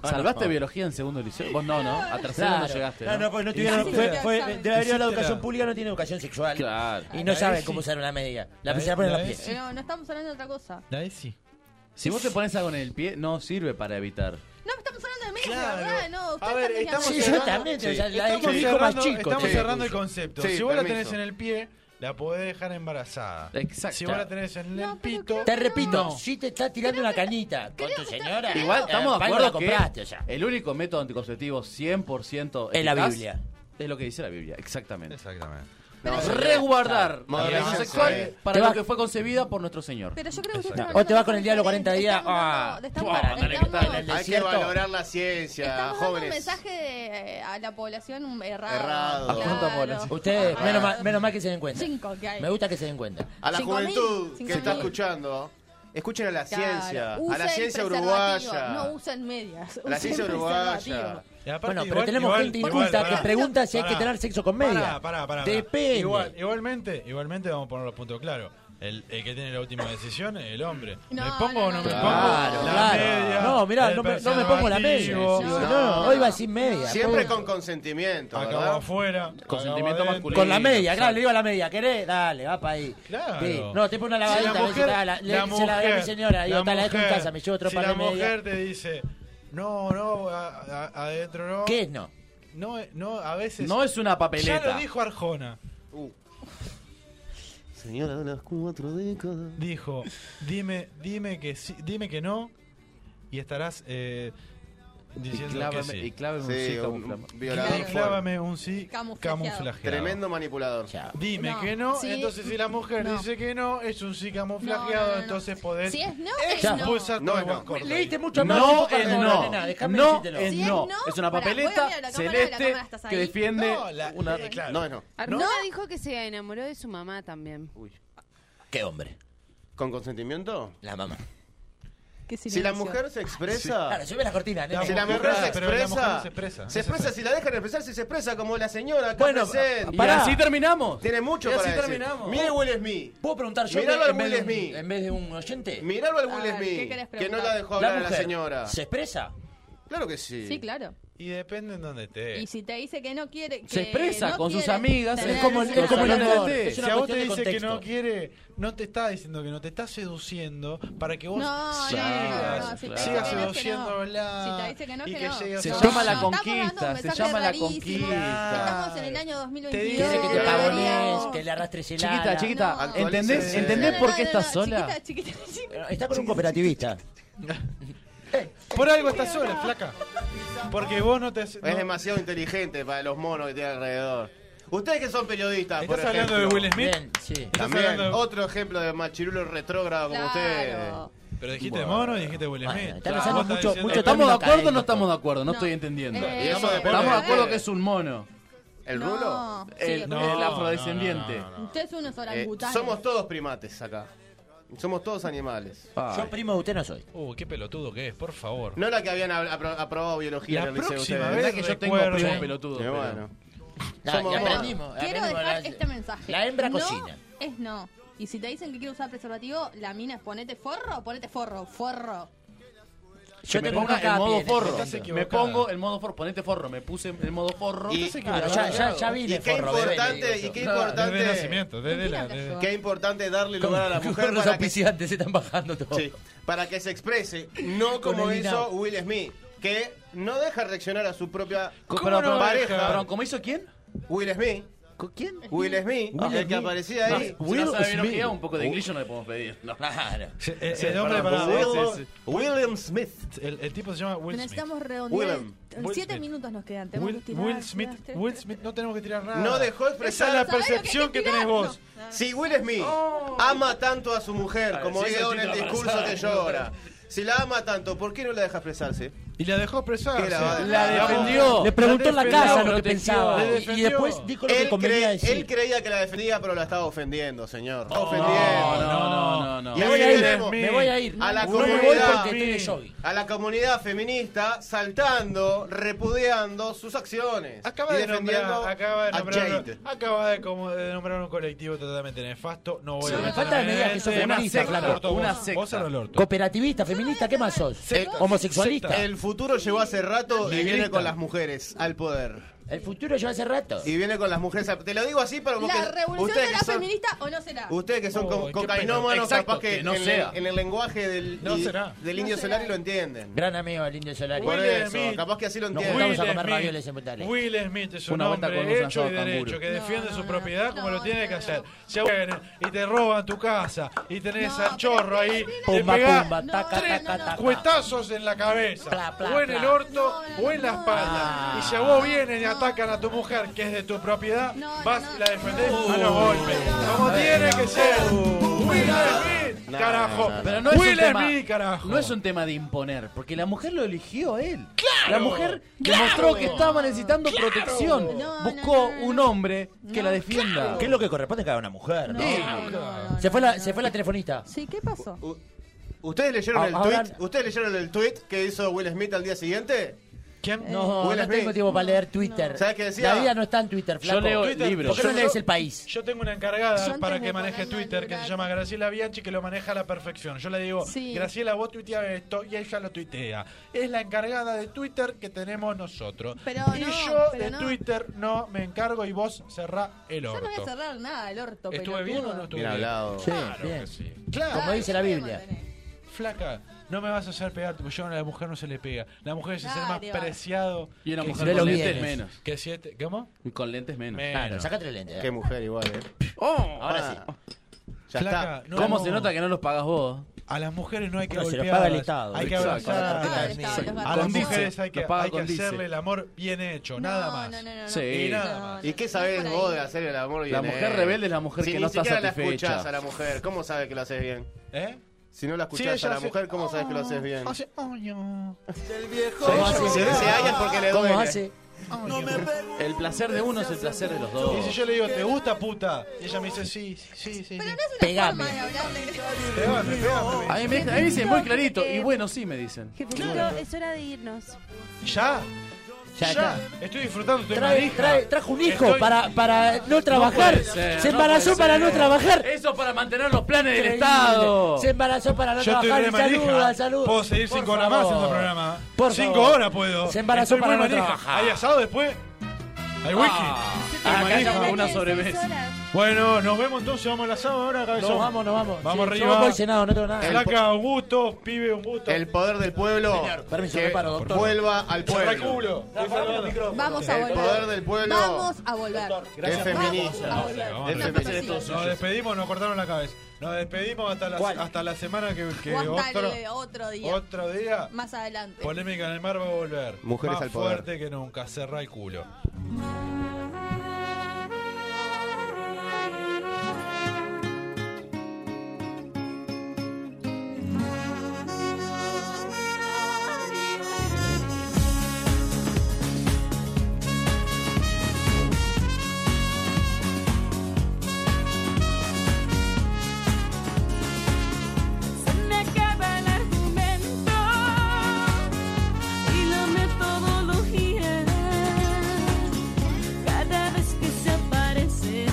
¿Salvaste biología en segundo liceo? Vos no, ¿no? A tercero Claro. no llegaste. No, pues no, porque no tuvieron. Hiciste fue- la- fue- hiciste debe haber ido a la educación la- pública, no tiene educación sexual. Claro. Y no La saben ESI. cómo usar una media. La La empezaron a poner en la los pies. Sí. No, no estamos hablando de otra cosa. La ESI. Si vos te pones algo en el pie, no sirve para evitar. No, estamos hablando de medias Claro. de verdad, no. Ustedes A ver, están estamos diciendo- cerrando, también, o sea, la- estamos el hijo cerrando- más chico, estamos che. cerrando el concepto. Sí, si vos la permiso. tenés en el pie, la podés dejar embarazada. Exacto. Si vos la tenés en el pito. Te repito, no. si te está tirando una canita con tu señora, Igual estamos eh, de pan acuerdo la compraste, que o sea. el único método anticonceptivo 100% Es la eficaz Biblia. Es lo que dice la Biblia, exactamente. Exactamente. Pero yo- Resguardar la Modernización. relación sexual para Te lo va- que fue concebida por nuestro Señor. Pero yo creo que usted está O te vas hablando con el diablo 40 días. Ah, estamos- pua, estamos- dale que está en el Hay que desierto. valorar la ciencia, Estamos dando un jóvenes. mensaje de- eh, a la población un- errado. Errado. ¿A cuánta Claro. población? Ustedes, Ah. menos mal, menos mal que se den cuenta. Cinco que hay. Me gusta que se den cuenta. A la Cinco juventud mil, que cinco está mil. escuchando, escuchen a la Claro. ciencia, a Usen la ciencia preservativo, uruguaya. No usan medias. A la ciencia usen uruguaya. preservativo. Y aparte, Bueno, pero igual- tenemos igual- gente igual, inculta pará. que pregunta si hay que Pará. tener sexo con Pará, media. Pará, pará, pará. Depende. Igual- igualmente, igualmente vamos a poner los puntos claros. El, el que tiene la última decisión es el hombre. ¿Me pongo o no me Claro, pongo? La claro. media, no, mirá, el no me, no me pongo la media. preservativo. Sí, sí, no, hoy va sin media. Siempre Pongo- con consentimiento. Acabo ¿verdad? afuera. Consentimiento acabo masculino. adentro. Con la media, claro, le digo a la media, ¿querés? Dale, va para ahí. Claro. Sí. No, te pone una lavadita, Si a ver si está, la- le- se la doy a mi señora, digo, está, la dejo en mujer- casa, me llevo otro si par de la mujer medias. te dice, no, no, a- a- adentro no. ¿Qué es no? No, eh, no, a veces. No es una papeleta. Uh. Ya lo dijo Arjona. Señora de las cuatro décadas. Dijo, dime, dime que sí, dime que no y estarás eh, diciendo clávame- que sí. y clávame un Sí, sí, un camuflado. violador Y clávame un sí Camuflajeado. camuflajeado. Tremendo manipulador. Dime No, que no, sí, entonces si la mujer no. dice que no, es un sí camuflajeado, No, no, no, no. entonces podés Si es no, es no. expulsar No, todo es el no. guascordo. Leíste mucho más. No que es vos, no. nena, déjame No decírtelo. es Si es no. no, Es pará, voy una a papeleta mirar la cámara, la celeste cámara, ¿estás que ahí? defiende No, la- una. eh, claro. No es no. Ah, Arturo dijo que se enamoró de su mamá también. ¿Qué hombre? ¿Con consentimiento? La mamá. Si la mujer se expresa. Claro, sube la cortina, nene. Si la Claro, mujer se pero la mujer expresa, no se expresa. se expresa, si la dejan expresarse, se expresa como la señora que Bueno, presente. Y Pará. así terminamos. Tiene mucho Y así para decir. terminamos. Mire Will Smith. ¿Puedo Ah. preguntar yo Miralo en al vez Will de un- Smith. en vez de un oyente? Miralo al A Will ver, ¿qué Smith, querés que no la preguntar? dejó hablar a la mujer, señora. ¿Se expresa? Claro que sí. Sí, claro. Y depende en dónde estés. Y si te dice que no quiere. Se que expresa no con sus quiere amigas, tener es como el- sexo. es como el Claro. amor. Es Si una a vos te cuestión de dice que no contexto. quiere, no te está diciendo que no, te está seduciendo para que vos No, no, sigas, no, no, si te sigas dice que no es que seduciendo, no. bla, Si te dice que no es y que que no. llegas Se a- No, llama no, la estamos dando un conquista, se mensaje llama la rarísimo. conquista. Estamos en el año 2022. Te Quiere que te No. pavonees, que le arrastres el Chiquita, ala. chiquita, No. ¿entendés, Actualice. ¿entendés No, por no, qué no, no, estás sola? Chiquita, chiquita, chiquita. Está con un cooperativista. Por algo [laughs] estás sola, flaca. Porque vos no te. Es no- demasiado inteligente para los monos que tiene alrededor. Ustedes que son periodistas, por ¿Estás hablando de ejemplo. Will Smith? Bien, sí. ¿Estás También, Oh. hablando de- otro ejemplo de machirulo retrógrado como ustedes. Claro. Pero dijiste mono y dijiste Will Bueno, Smith. están Vos usando estás mucho- diciendo- mucho ¿Estamos de término acuerdo o no académico. estamos de acuerdo? No No. estoy entendiendo. Eh, Y eso eh, depende Estamos de a acuerdo ver. que es un mono. ¿El No, rulo? sí, El, no, el no, afrodescendiente. no, no, Usted es unos Eh, orangutanes. somos todos primates acá. Somos todos animales. Ay. Yo primo de usted no soy. Uh, qué pelotudo que es, por favor. No la que habían apro- apro- aprobado biología La en el liceo próxima ustedes. vez Verdad que yo tengo recuerdo- primo pelotudo. Eh, pero- bueno. Ya, Somos ya monos. aprendimos, Quiero aprendimos dejar la- este mensaje. La hembra no cocina. Es no. Y si te dicen que quiere usar preservativo, la mina es ponete forro, ponete forro, forro. Yo me te ponga pongo el modo forro. Estás Me equivocada. pongo el modo forro. Ponete forro. Me puse el modo forro. Y- Claro, Claro, Ah, ya, ya, ya vi Y de qué forro, bebé, le importante, digo y qué yo. Desde Ah, importante, nacimiento, desde la. Mentira, desde- cayó. qué importante darle Con- lugar a la con mujer los para que, auspiciantes se están bajando todo. sí, para que se exprese, no Con como el hizo INAU. Will Smith, que no deja reaccionar a su propia Co- Pero, pero- pareja. pero, ¿Cómo hizo quién? Will Smith, ¿Con ¿Quién? Will Smith, Will el que Smith. aparecía ahí. No, si no sabe Ah, Smith. biología, un poco de inglés no le podemos pedir. No. [laughs] Claro. Sí, eh, Sí, el hombre perdón, para- sí, Will- sí, sí. William Smith. El, el tipo se llama Will Smith. Necesitamos redondear. Willem. En Will siete Smith. minutos nos quedan. Tenemos Will, que tirar, Will Smith, tirar, tirar, Will tirar. Smith, no tenemos que tirar nada. No dejó Esa es la expresar. ¿Sabés lo que Ah. percepción hay que que tenés tirar? vos. No, no. Si Will Smith Oh. ama tanto a su mujer, Claro, como Ah, sí, digo en sí, el sí, discurso abrazar, que llora, si la ama tanto, ¿por qué no la deja expresarse? Y la dejó expresar. Que la- La defendió. Le preguntó en la casa lo que protegió, pensaba. le Y defendió. después dijo lo Él, que convenía cre- decir. él creía que la defendía, pero la estaba ofendiendo, señor. No, ofendiendo. no, no, no. Y Me ahí voy a ir, tenemos me voy a ir. a la no me voy comunidad. porque tiene jogging. A la comunidad feminista saltando, repudiando sus acciones. Acaba y de, nombrar, defendiendo acaba, de a nombrar, Jade. acaba de, como, de nombrar un colectivo totalmente nefasto. No voy Sí, a me meter falta de en medida que el- sos Una feminista, secta, claro. orto, Una vos. secta. Vos sos el orto. Cooperativista, feminista, ¿qué más sos? Eh, Secta. Homosexualista. El futuro llegó hace rato y Negrita. viene con las mujeres al poder. El futuro yo hace rato. Y viene con las mujeres. a- Te lo digo así, pero porque ¿La revolución ustedes será que son, feminista o no será? ustedes que son co- qué cocainómanos, pena. capaz Exacto, que, que no en, sea. El, en el lenguaje del, No y- será. del No indio será. Solari lo entienden. Gran amigo del Indio Solari. Por eso, capaz que así lo Nos entienden. juntamos a comer ravioles en Punta del Este. Will Smith es un Una vuelta con hombre un hecho y asado canguro. derecho que defiende su propiedad como lo tiene que hacer. Se abuelan y te roban tu casa y tenés al chorro ahí. te Pumba, pegás pumba, taca, tres taca, taca. cuetazos en la cabeza pla, Ah. o en el pla. orto o en la espalda. Y si a vos vienen y atacan a tu mujer que es de tu propiedad, vas y la defendés Uh. a los golpes. Como tiene que ser. Will Smith, carajo. Pero no es, Will un tema, Smith, carajo. no es un tema de imponer, porque la mujer lo eligió a él. ¡Claro! La mujer ¡Claro! demostró que estaba necesitando ¡Claro! protección. No, Buscó un hombre que la defienda. ¿Qué es lo que corresponde a una mujer? ¿no? Sí. Se fue la, se fue la telefonista. Ah, Sí, ¿qué pasó? ¿Ustedes leyeron, Ah, el ahora- tweet, ¿Ustedes leyeron el tweet que hizo Will Smith al día siguiente? ¿Quién? Eh, No, no tengo tiempo para leer Twitter. ¿Sabes qué decía? La vida no está en Twitter, flaco. ¿Por qué no lees El País? Yo tengo una encargada Yo antes para me que maneje Twitter que se llama Graciela Bianchi que lo maneja a la perfección. Yo le digo, Sí. Graciela, vos tuiteas esto y ella lo tuitea. Es la encargada de Twitter que tenemos nosotros. Pero y no, yo pero de no. Twitter no me encargo y vos cerrá el Yo no orto. voy a cerrar nada el orto, ¿Estuve bien o no estuve bien? Sí, Claro bien. que sí. Claro. Como dice la Biblia. Flaca, no me vas a hacer pegar, porque yo a la mujer no se le pega. La mujer es el ser más Dale, va. preciado. Y una que mujer siete- con lentes menos. Que siete, ¿Cómo? Con lentes menos. Menos. Claro, sacate el lente. Qué mujer igual, eh. Ahora sí. Ya Flaca, está. no, ¿Cómo no. se nota que no los pagas vos? A las mujeres no hay que No, se los golpearlas. paga el Estado. Hay que Exacto. abrazarlas. Ah, el Estado, los a bancos. las Condice. mujeres hay que, Los paga hay que condice. hacerle el amor bien hecho, nada más. Sí. Y nada más. ¿Y qué sabés vos de hacer el amor bien? La mujer rebelde es la mujer Si que ni no está siquiera la satisfecha. escuchás a la mujer, ¿cómo sabes que lo haces bien? ¿Eh? Si no la Sí, escuchás ella a la hace- mujer, ¿cómo sabes que lo haces bien? Hace años. Del viejo. ¿Cómo hace? Si dice ay es porque le ¿Cómo duele. hace? El placer de uno es el placer de los Y dos. si yo le digo, ¿te gusta, puta? Y ella me dice, sí, sí, sí. sí. Pero no es Pegame. Pegame, pegame. A mí me, a mí me dicen muy clarito. Y bueno, sí, me dicen. Jefecito, es hora de irnos. ¿Ya? Ya, Ya, ya. estoy disfrutando, estoy Trae, manija. trae- trajo un hijo Estoy- para, para no trabajar. puede ser, se no embarazó puede para ser. no trabajar. Eso para mantener los planes del Increíble. Estado. Se embarazó para no Yo estoy re trabajar. Y saluda, manija. saluda. Puedo seguir Por cinco horas más favor. en este programa. Por cinco favor. horas puedo. Se embarazó Estoy para muy no manija. trabajar. ¿Hay asado después? ¿Hay whisky? Estoy Ah. acá manija. ya hubo una sobremesa. Bueno, nos vemos entonces. Vamos al asado ahora, cabezón. Nos vamos, nos vamos. Vamos Sí, yo arriba. voy al Senado, no tengo nada. Flaca, un gusto. Pibe, un gusto. El poder del pueblo Señor, permiso, que me paro, doctor. vuelva al Cerrá el pueblo. culo. Estoy saludando. Vamos a El volver. poder del pueblo. Vamos a volver. Es Vamos, vamos, feminista. Es vamos. feminista. Nos despedimos, nos cortaron la cabeza. Nos despedimos hasta la, hasta la semana que, que O hasta otro, el otro día. otro día. Más adelante. Polémica en el mar va a volver. Mujeres Más al poder. fuerte que nunca. Cerrá el culo. Se me acaba el argumento y la metodología. este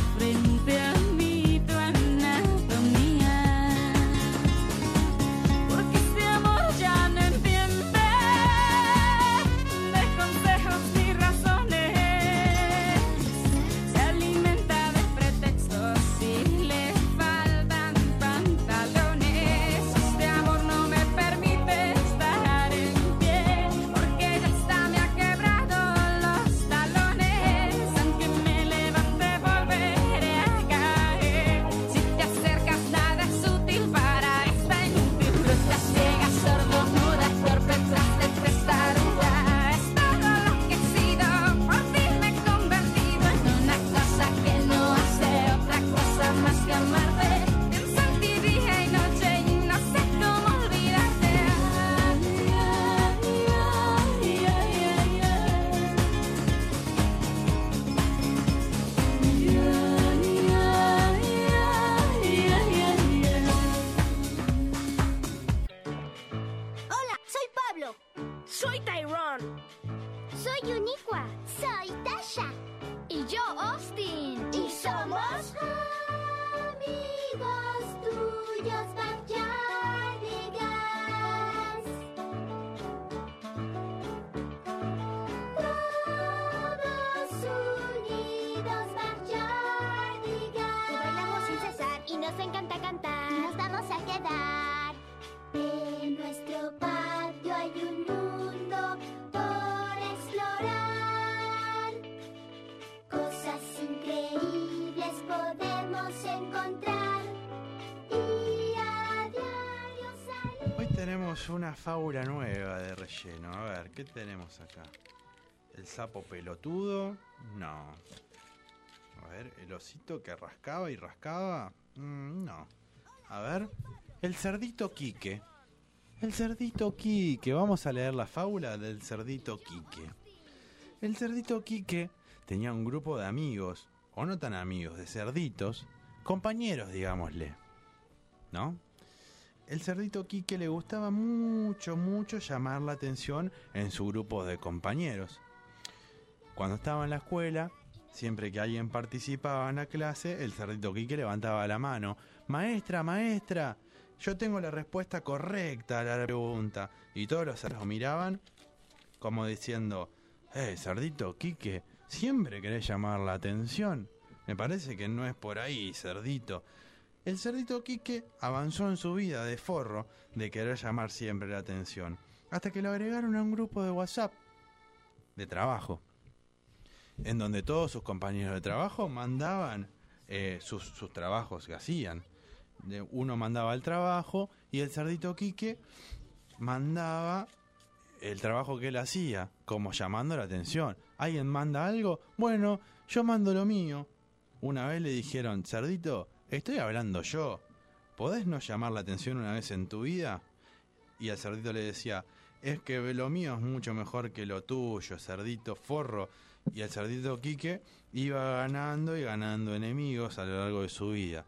tenemos una fábula nueva de relleno. A ver, ¿qué tenemos acá? ¿El sapo pelotudo? No. A ver, el osito que rascaba y rascaba. Mm, no. A ver, el cerdito Quique. El cerdito Quique. Vamos a leer la fábula del cerdito Quique. El cerdito Quique tenía un grupo de amigos, o no tan amigos, de cerditos, compañeros, digámosle. ¿No? El cerdito Quique le gustaba mucho, mucho llamar la atención en su grupo de compañeros. Cuando estaba en la escuela, siempre que alguien participaba en la clase, el cerdito Quique levantaba la mano. Maestra, maestra, yo tengo la respuesta correcta a la pregunta. Y todos los cerdos miraban como diciendo, eh, cerdito Quique, siempre querés llamar la atención. Me parece que no es por ahí, cerdito. El cerdito Quique avanzó en su vida de forro de querer llamar siempre la atención, hasta que lo agregaron a un grupo de WhatsApp de trabajo, en donde todos sus compañeros de trabajo mandaban eh, sus, sus trabajos que hacían. De- Uno mandaba el trabajo y el cerdito Quique mandaba el trabajo que él hacía, como llamando la atención. ¿Alguien manda algo? Bueno, yo mando lo mío. Una vez le dijeron, Cerdito, estoy hablando yo. ¿Podés no llamar la atención una vez en tu vida? Y al cerdito le decía, es que lo mío es mucho mejor que lo tuyo, cerdito forro. Y el cerdito Quique iba ganando y ganando enemigos a lo largo de su vida.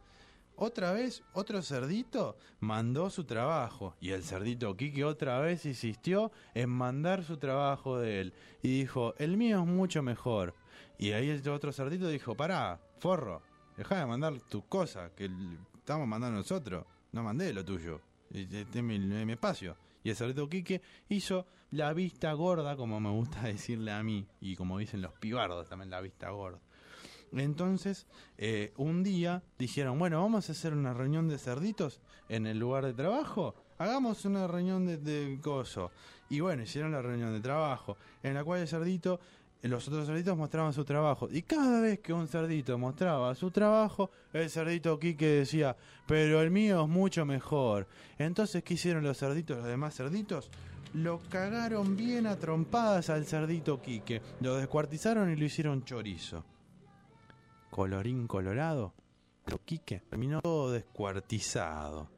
Otra vez, otro cerdito mandó su trabajo y el cerdito Quique otra vez insistió en mandar su trabajo de él y dijo, el mío es mucho mejor. Y ahí el otro cerdito dijo, pará, forro, deja de mandar tus cosas que l- estamos mandando nosotros, no mandé lo tuyo, este este es mi, mi espacio. Y el cerdito Quique hizo la vista gorda, como me gusta [laughs] decirle a mí, y como dicen los pibardos también, la vista gorda. Entonces, eh, un día dijeron, bueno, vamos a hacer una reunión de cerditos en el lugar de trabajo. Hagamos una reunión de, de coso. Y bueno, hicieron la reunión de trabajo, en la cual el cerdito, los otros cerditos mostraban su trabajo. Y cada vez que un cerdito mostraba su trabajo, el cerdito Quique decía, pero el mío es mucho mejor. Entonces, ¿qué hicieron los cerditos, los demás cerditos? Lo cagaron bien a trompadas al cerdito Quique. Lo descuartizaron y lo hicieron chorizo colorín colorado, pero Quique terminó todo descuartizado.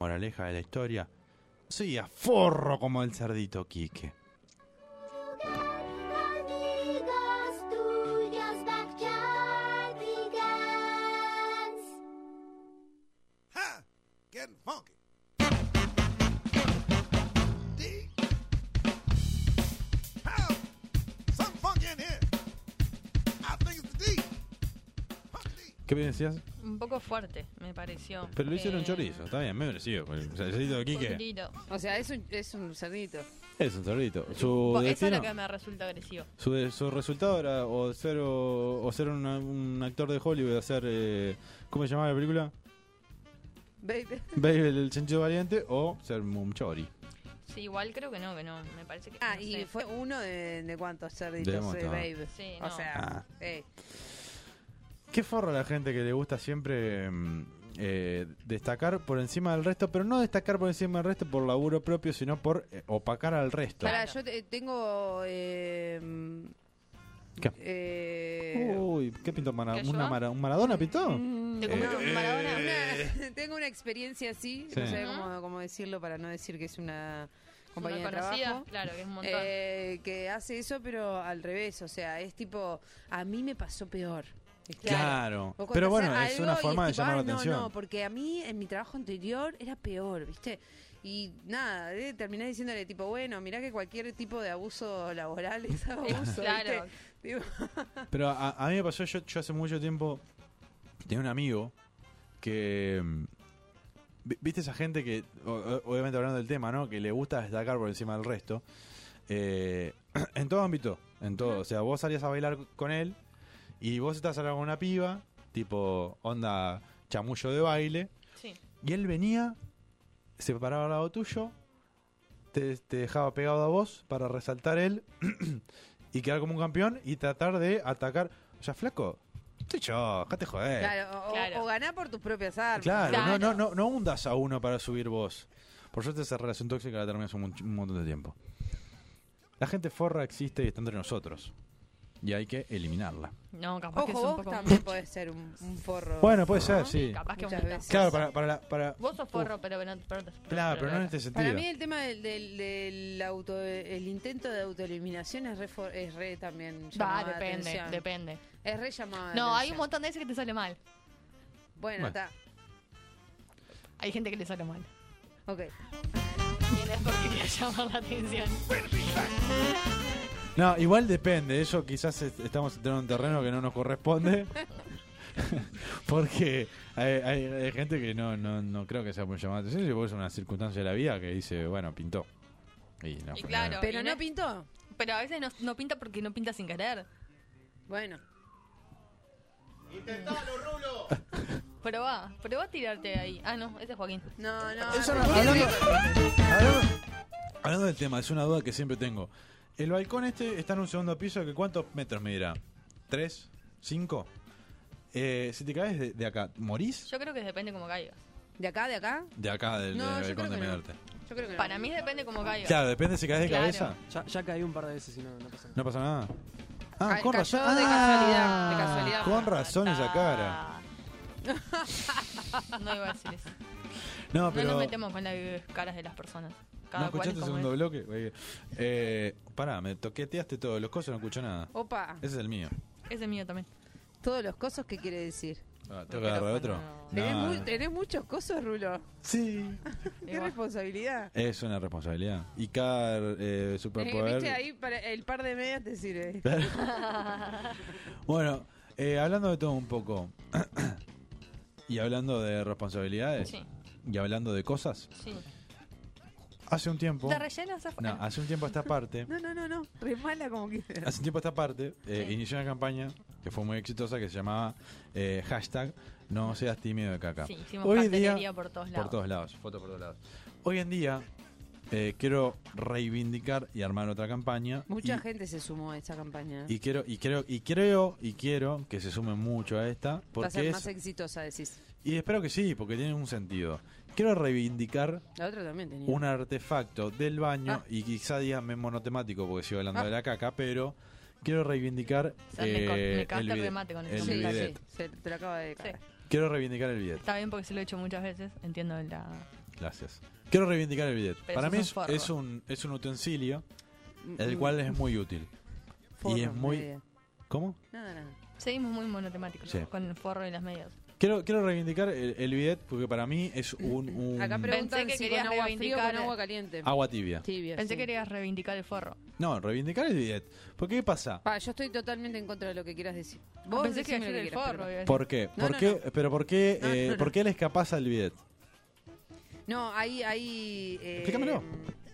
Moraleja de la historia, sí, a forro como el cerdito Quique. Amigas tuyas, backyard vegans. Ha! Getting funky. D. How? Something funky in here. I think it's the D. ¿Qué bien decías? Un poco fuerte, me pareció. Pero lo hicieron Eh, chorizo, está bien, me merecido. con El o sea, el cerdito Quique poquitito. O sea, es un, es un cerdito. es un cerdito. Su Bueno, Eso es destino- lo que me resulta agresivo. su, de- su resultado era o ser, o, o ser una- un actor de Hollywood, hacer. eh, ¿Cómo se llamaba la película? Baby. Baby el chanchito valiente o ser un chori. Sí, igual creo que no, que no. Me parece que. Ah, no y sé. fue uno Eh, de, de cuántos De cerditos un de montón. Babe. Sí, O no. sea, Ah. eh, Qué forro la gente que le gusta siempre mm, eh, destacar por encima del resto, pero no destacar por encima del resto por laburo propio, sino por eh, opacar al resto. Pará, yo te- tengo. eh, [laughs] ¿Qué? eh, Uy, ¿qué pintó Mara- ¿Cayó? una Mara- ¿Un Maradona pintó? ¿Te Eh, tengo una experiencia así, Sí. no sé Ajá. cómo, cómo decirlo para no decir que es una compañía de conocida, trabajo. claro, que es un montón. eh, que hace eso, pero al revés, o sea, es tipo, a mí me pasó peor. Es Claro, Vos pero contás bueno, es algo una y es forma de tipo, llamar "Ah, la no, atención". No, porque a mí en mi trabajo anterior era peor, ¿viste? Y nada, eh, terminé diciéndole tipo, bueno, mirá que cualquier tipo de abuso laboral [laughs] es abuso, Claro. ¿viste? Digo, Pero a, a mí me pasó, yo, yo hace mucho tiempo tenía un amigo que... mm, vi- ¿Viste esa gente que, o- o- obviamente hablando del tema, ¿no? Que le gusta destacar por encima del resto. eh, [clears throat] en todo ámbito, en todo. O sea, vos salías a bailar con él y vos estás hablando con una piba, tipo onda chamullo de baile. Sí. Y él venía, se paraba al lado tuyo, te, te dejaba pegado a vos para resaltar él [clears throat] y quedar como un campeón y tratar de atacar. O sea, flaco, estoy yo, acá te joder. claro, o, o ganá por tus propias armas. Claro, No, no, no, no hundas a uno para subir vos. Por suerte esa relación tóxica la terminé hace un, mon- un montón de tiempo. La gente forra existe y está entre nosotros. Y hay que eliminarla. No, capaz que Ojo, es un vos poco... también podés ser un, un forro. Bueno, puede ser, ¿no? sí. Capaz que Muchas aumentás. veces. Claro, para, para, la- para, Vos sos forro, pero, pero, pero- pero- claro, pero no en este Para sentido. mí el tema del, del, del auto, el intento de autoeliminación es re, for- es re también Va, llamada de depende, atención. depende. Es re llamada No, de hay un atención. montón de veces que te sale mal. Bueno, Bueno. está. Hay gente que le sale mal. Ok. Tienes por qué quería llamar la atención. No, igual depende. Eso quizás es- estamos entrando en un terreno que no nos corresponde. porque hay, hay- hay gente que no, no, no creo que sea muy llamada la atención. y Porque es una circunstancia de la vida que dice, bueno, pintó. Y, no, Y fue claro. nada. Pero no pintó. Pero a veces no, no pinta porque no pinta sin querer. Bueno. Intentalo, Rulo. Probá, probá a tirarte ahí. Ah, no, ese es Joaquín. No, no. Eso no, Hablando del tema, es una duda que siempre tengo. El balcón este está en un segundo piso que cuántos metros medirá? ¿Tres? ¿Cinco? Eh, si te caes de, de acá, ¿morís? Yo creo que depende cómo caigas. ¿De acá, de acá? De acá, del, No, del yo balcón de creo que no. Medarte. Yo creo que Para mí depende cómo caigas. [laughs] Claro, depende si caes de Claro. cabeza. Ya, ya caí un par de veces y no, no pasa nada. No pasa nada. Ah, Ay, con cayó razón. de Ah, casualidad, de casualidad. Con razón esa cara. No iba a decir eso. No No, nos pero. metemos con las caras de las personas. ¿No Cada cual escuchaste es el como segundo bloque? Oye, Eh, pará, me toqueteaste todos los cosas, no escucho nada. Opa. Ese es el mío. es. Ese mío también. Todos los cosos que quiere decir. Ah, ¿Tengo que agarrar otro? Tenés, No, mu- no. tenés muchos cosos, Rulo. Sí. [laughs] Qué responsabilidad. Es una responsabilidad. Y cada eh, Eh, superpoder. Viste, ahí para el par de medias te [laughs] sirve. Bueno, eh, hablando de todo un poco. [clears throat] y hablando de responsabilidades. Sí. Y hablando de cosas. Sí. Hace un tiempo. La rellena esa fue- No, hace un tiempo a esta parte. [laughs] No, no, no, no. Re mala como quieras. Hace un tiempo a esta parte eh, inició una campaña que fue muy exitosa que se llamaba eh, hashtag no seas tímido de caca. Sí, hicimos pastelería por todos lados. Por todos lados, fotos por todos lados. Hoy en día eh, quiero reivindicar y armar otra campaña. Mucha y, gente se sumó a esta campaña. y quiero y creo y creo y quiero que se sumen mucho a esta Va a porque ser es más exitosa, decís. y espero que sí porque tiene un sentido. Quiero reivindicar La otra también tenía. un artefacto del baño Ah. y quizá diga me monotemático porque sigo hablando Ah. de la caca, pero quiero reivindicar O sea, me co- eh, me cagaste el, bide- remate con el eso. Sí, sí. bidet. Se- te lo acaba de cagar. Quiero reivindicar el bidet. Está bien porque se lo he hecho muchas veces. Entiendo la. Gracias. Quiero reivindicar el bidet. Pero Para sos mí un es, forro. es un es un utensilio el Mm. cual es muy útil. Forro, y es muy media. ¿Cómo? Nada, nada. Seguimos muy monotemáticos Sí. con el forro y las medias. Quiero quiero reivindicar el, el bidet porque para mí es un, un- Acá preguntan Pensé que si querías con agua fría o reivindicar- con agua caliente. Agua tibia. Tibia, Pensé sí. que querías reivindicar el forro. No, reivindicar el bidet. Porque qué pasa? Pa, yo estoy totalmente en contra de lo que quieras decir. Vos Pensé que decime iba a lo decir el quieras, forro, pero- ¿Por qué? No, ¿Por no, qué? Pero por qué eh, por qué les capaz al bidet? No, ahí... ahí eh, Explícamelo.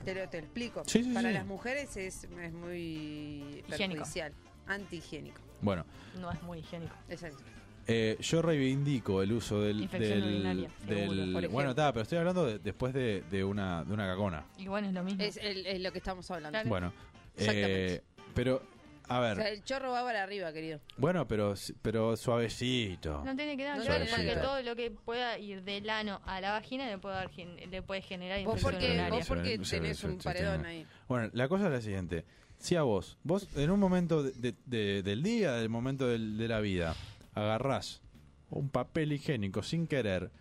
Te lo, te lo explico. Sí, sí, Para sí. las mujeres es, es muy Higiénico. perjudicial. Antihigiénico. Bueno, No es muy higiénico. Exacto. Eh, yo reivindico el uso del. Infección del- urinaria, del- seguro, por bueno, ejemplo. está, pero estoy hablando de- después de, de una, de una cagona. Igual es lo mismo. Es, el- es lo que estamos hablando. Bueno, eh, pero, a O ver, sea, el chorro va para arriba, querido. bueno, pero, si- pero suavecito. No tiene que dar No claro, tiene porque nada. todo lo que pueda ir del ano a la vagina le puede, dar gen- le puede generar Vos infección porque- urinaria. vos porque Se ve, tenés se ve, un se ve, se paredón ve. ahí. Bueno, la cosa es la siguiente. Si a vos, vos en un momento de- de- de- del día, del momento del- de la vida, agarrás un papel higiénico sin querer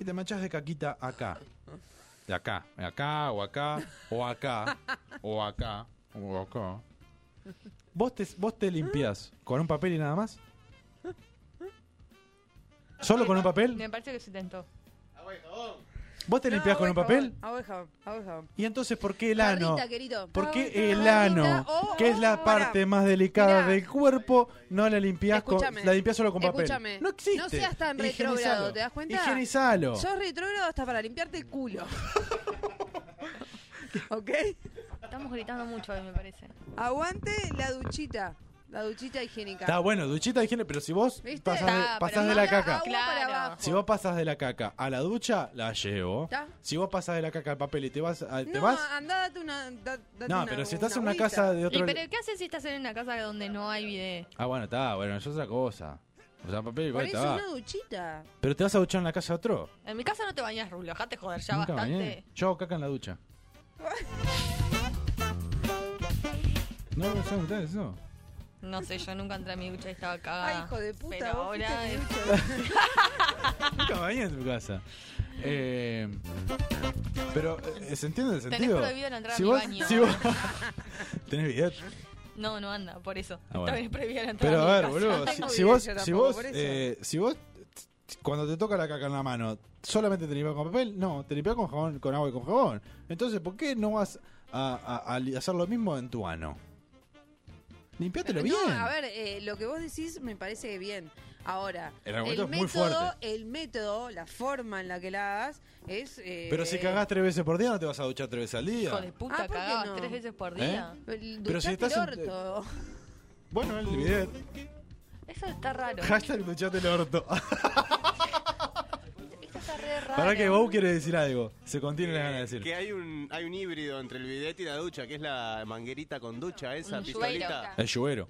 y te manchás de caquita acá. De acá, acá, o acá, o acá, o acá, o acá. ¿eh? ¿Vos te, vos te limpiás con un papel y nada más? ¿Solo con un papel? Me parece que se tentó. ¿Vos te limpiás con un papel? Agua y jabón, agua y jabón. ¿Y entonces por qué el ano? Barrita, querido. ¿Por qué el Barrita, ano, oh, que es la oh, parte más delicada del cuerpo, no la limpiás con, Escúchame. la limpiás solo con papel? Escúchame. No existe. No seas tan Higienizalo. retrógrado, ¿te das cuenta? Higienizalo. Sos retrógrado hasta para limpiarte el culo. [laughs] ¿Ok? Estamos gritando mucho hoy, me parece. Aguante la duchita. La duchita higiénica. Está bueno, duchita de higiene, pero si vos ¿Viste? pasas Está, de, pero pasás de manda la caca. agua para Claro. abajo. Si vos pasas de la caca a la ducha, la llevo. Está. Si vos pasas de la caca al papel y te vas, a- te no, vas. andá, date una. da- date No, una- pero si estás en una agüita. casa de ¿Y otro. pero qué haces si estás en una casa donde no hay bidet? Ah, bueno, está, bueno, es otra cosa. O sea, papel Por igual eso una tabaco. duchita. Pero te vas a duchar en la casa de otro. En mi casa no te bañas, Rulo. Dejate joder, ya Nunca bastante. bañé. Yo hago caca en [laughs] la ducha. ¿No lo saben ustedes eso? No sé, yo nunca entré a mi ducha y estaba cagada. Ay, hijo de puta, Pero vos fuiste ahora. a mi es- [laughs] Nunca bañé en tu casa. Eh, pero, eh, ¿se entiende el Tenés sentido? prohibido la entrada si a mi vos- baño. si vos- [laughs] ¿Tenés bidet? No, no anda, por eso. Ah, bueno. También es prohibida la entrada Pero a ver, mi casa. boludo, si, si vos, si vos, eh, si vos, t- cuando te toca la caca en la mano, ¿solamente te limpias con papel? No, te limpias con jabón, con agua y con jabón. Entonces, ¿por qué no vas a, a- a li- hacer lo mismo en tu ano? Limpiátelo bien. No, a ver, eh, lo que vos decís me parece bien. Ahora, El argumento es muy método, fuerte. el método, la forma en la que la hagas es. eh, Pero si cagás tres veces por día, no te vas a duchar tres veces al día. ¿Eh? Hijo de puta, Ah, ¿por qué cagabas no? tres veces por día. Pero si estás en- eh, Bueno, el bidet. Eso está raro. Hashtag duchate el [laughs] orto. Eso está re raro. Para que Bow quiere decir algo. Se contiene la gana de [laughs] decir. Que hay un, hay un híbrido entre el bidet y la ducha, que es la manguerita con ducha, esa Un pistolita. El lluvero.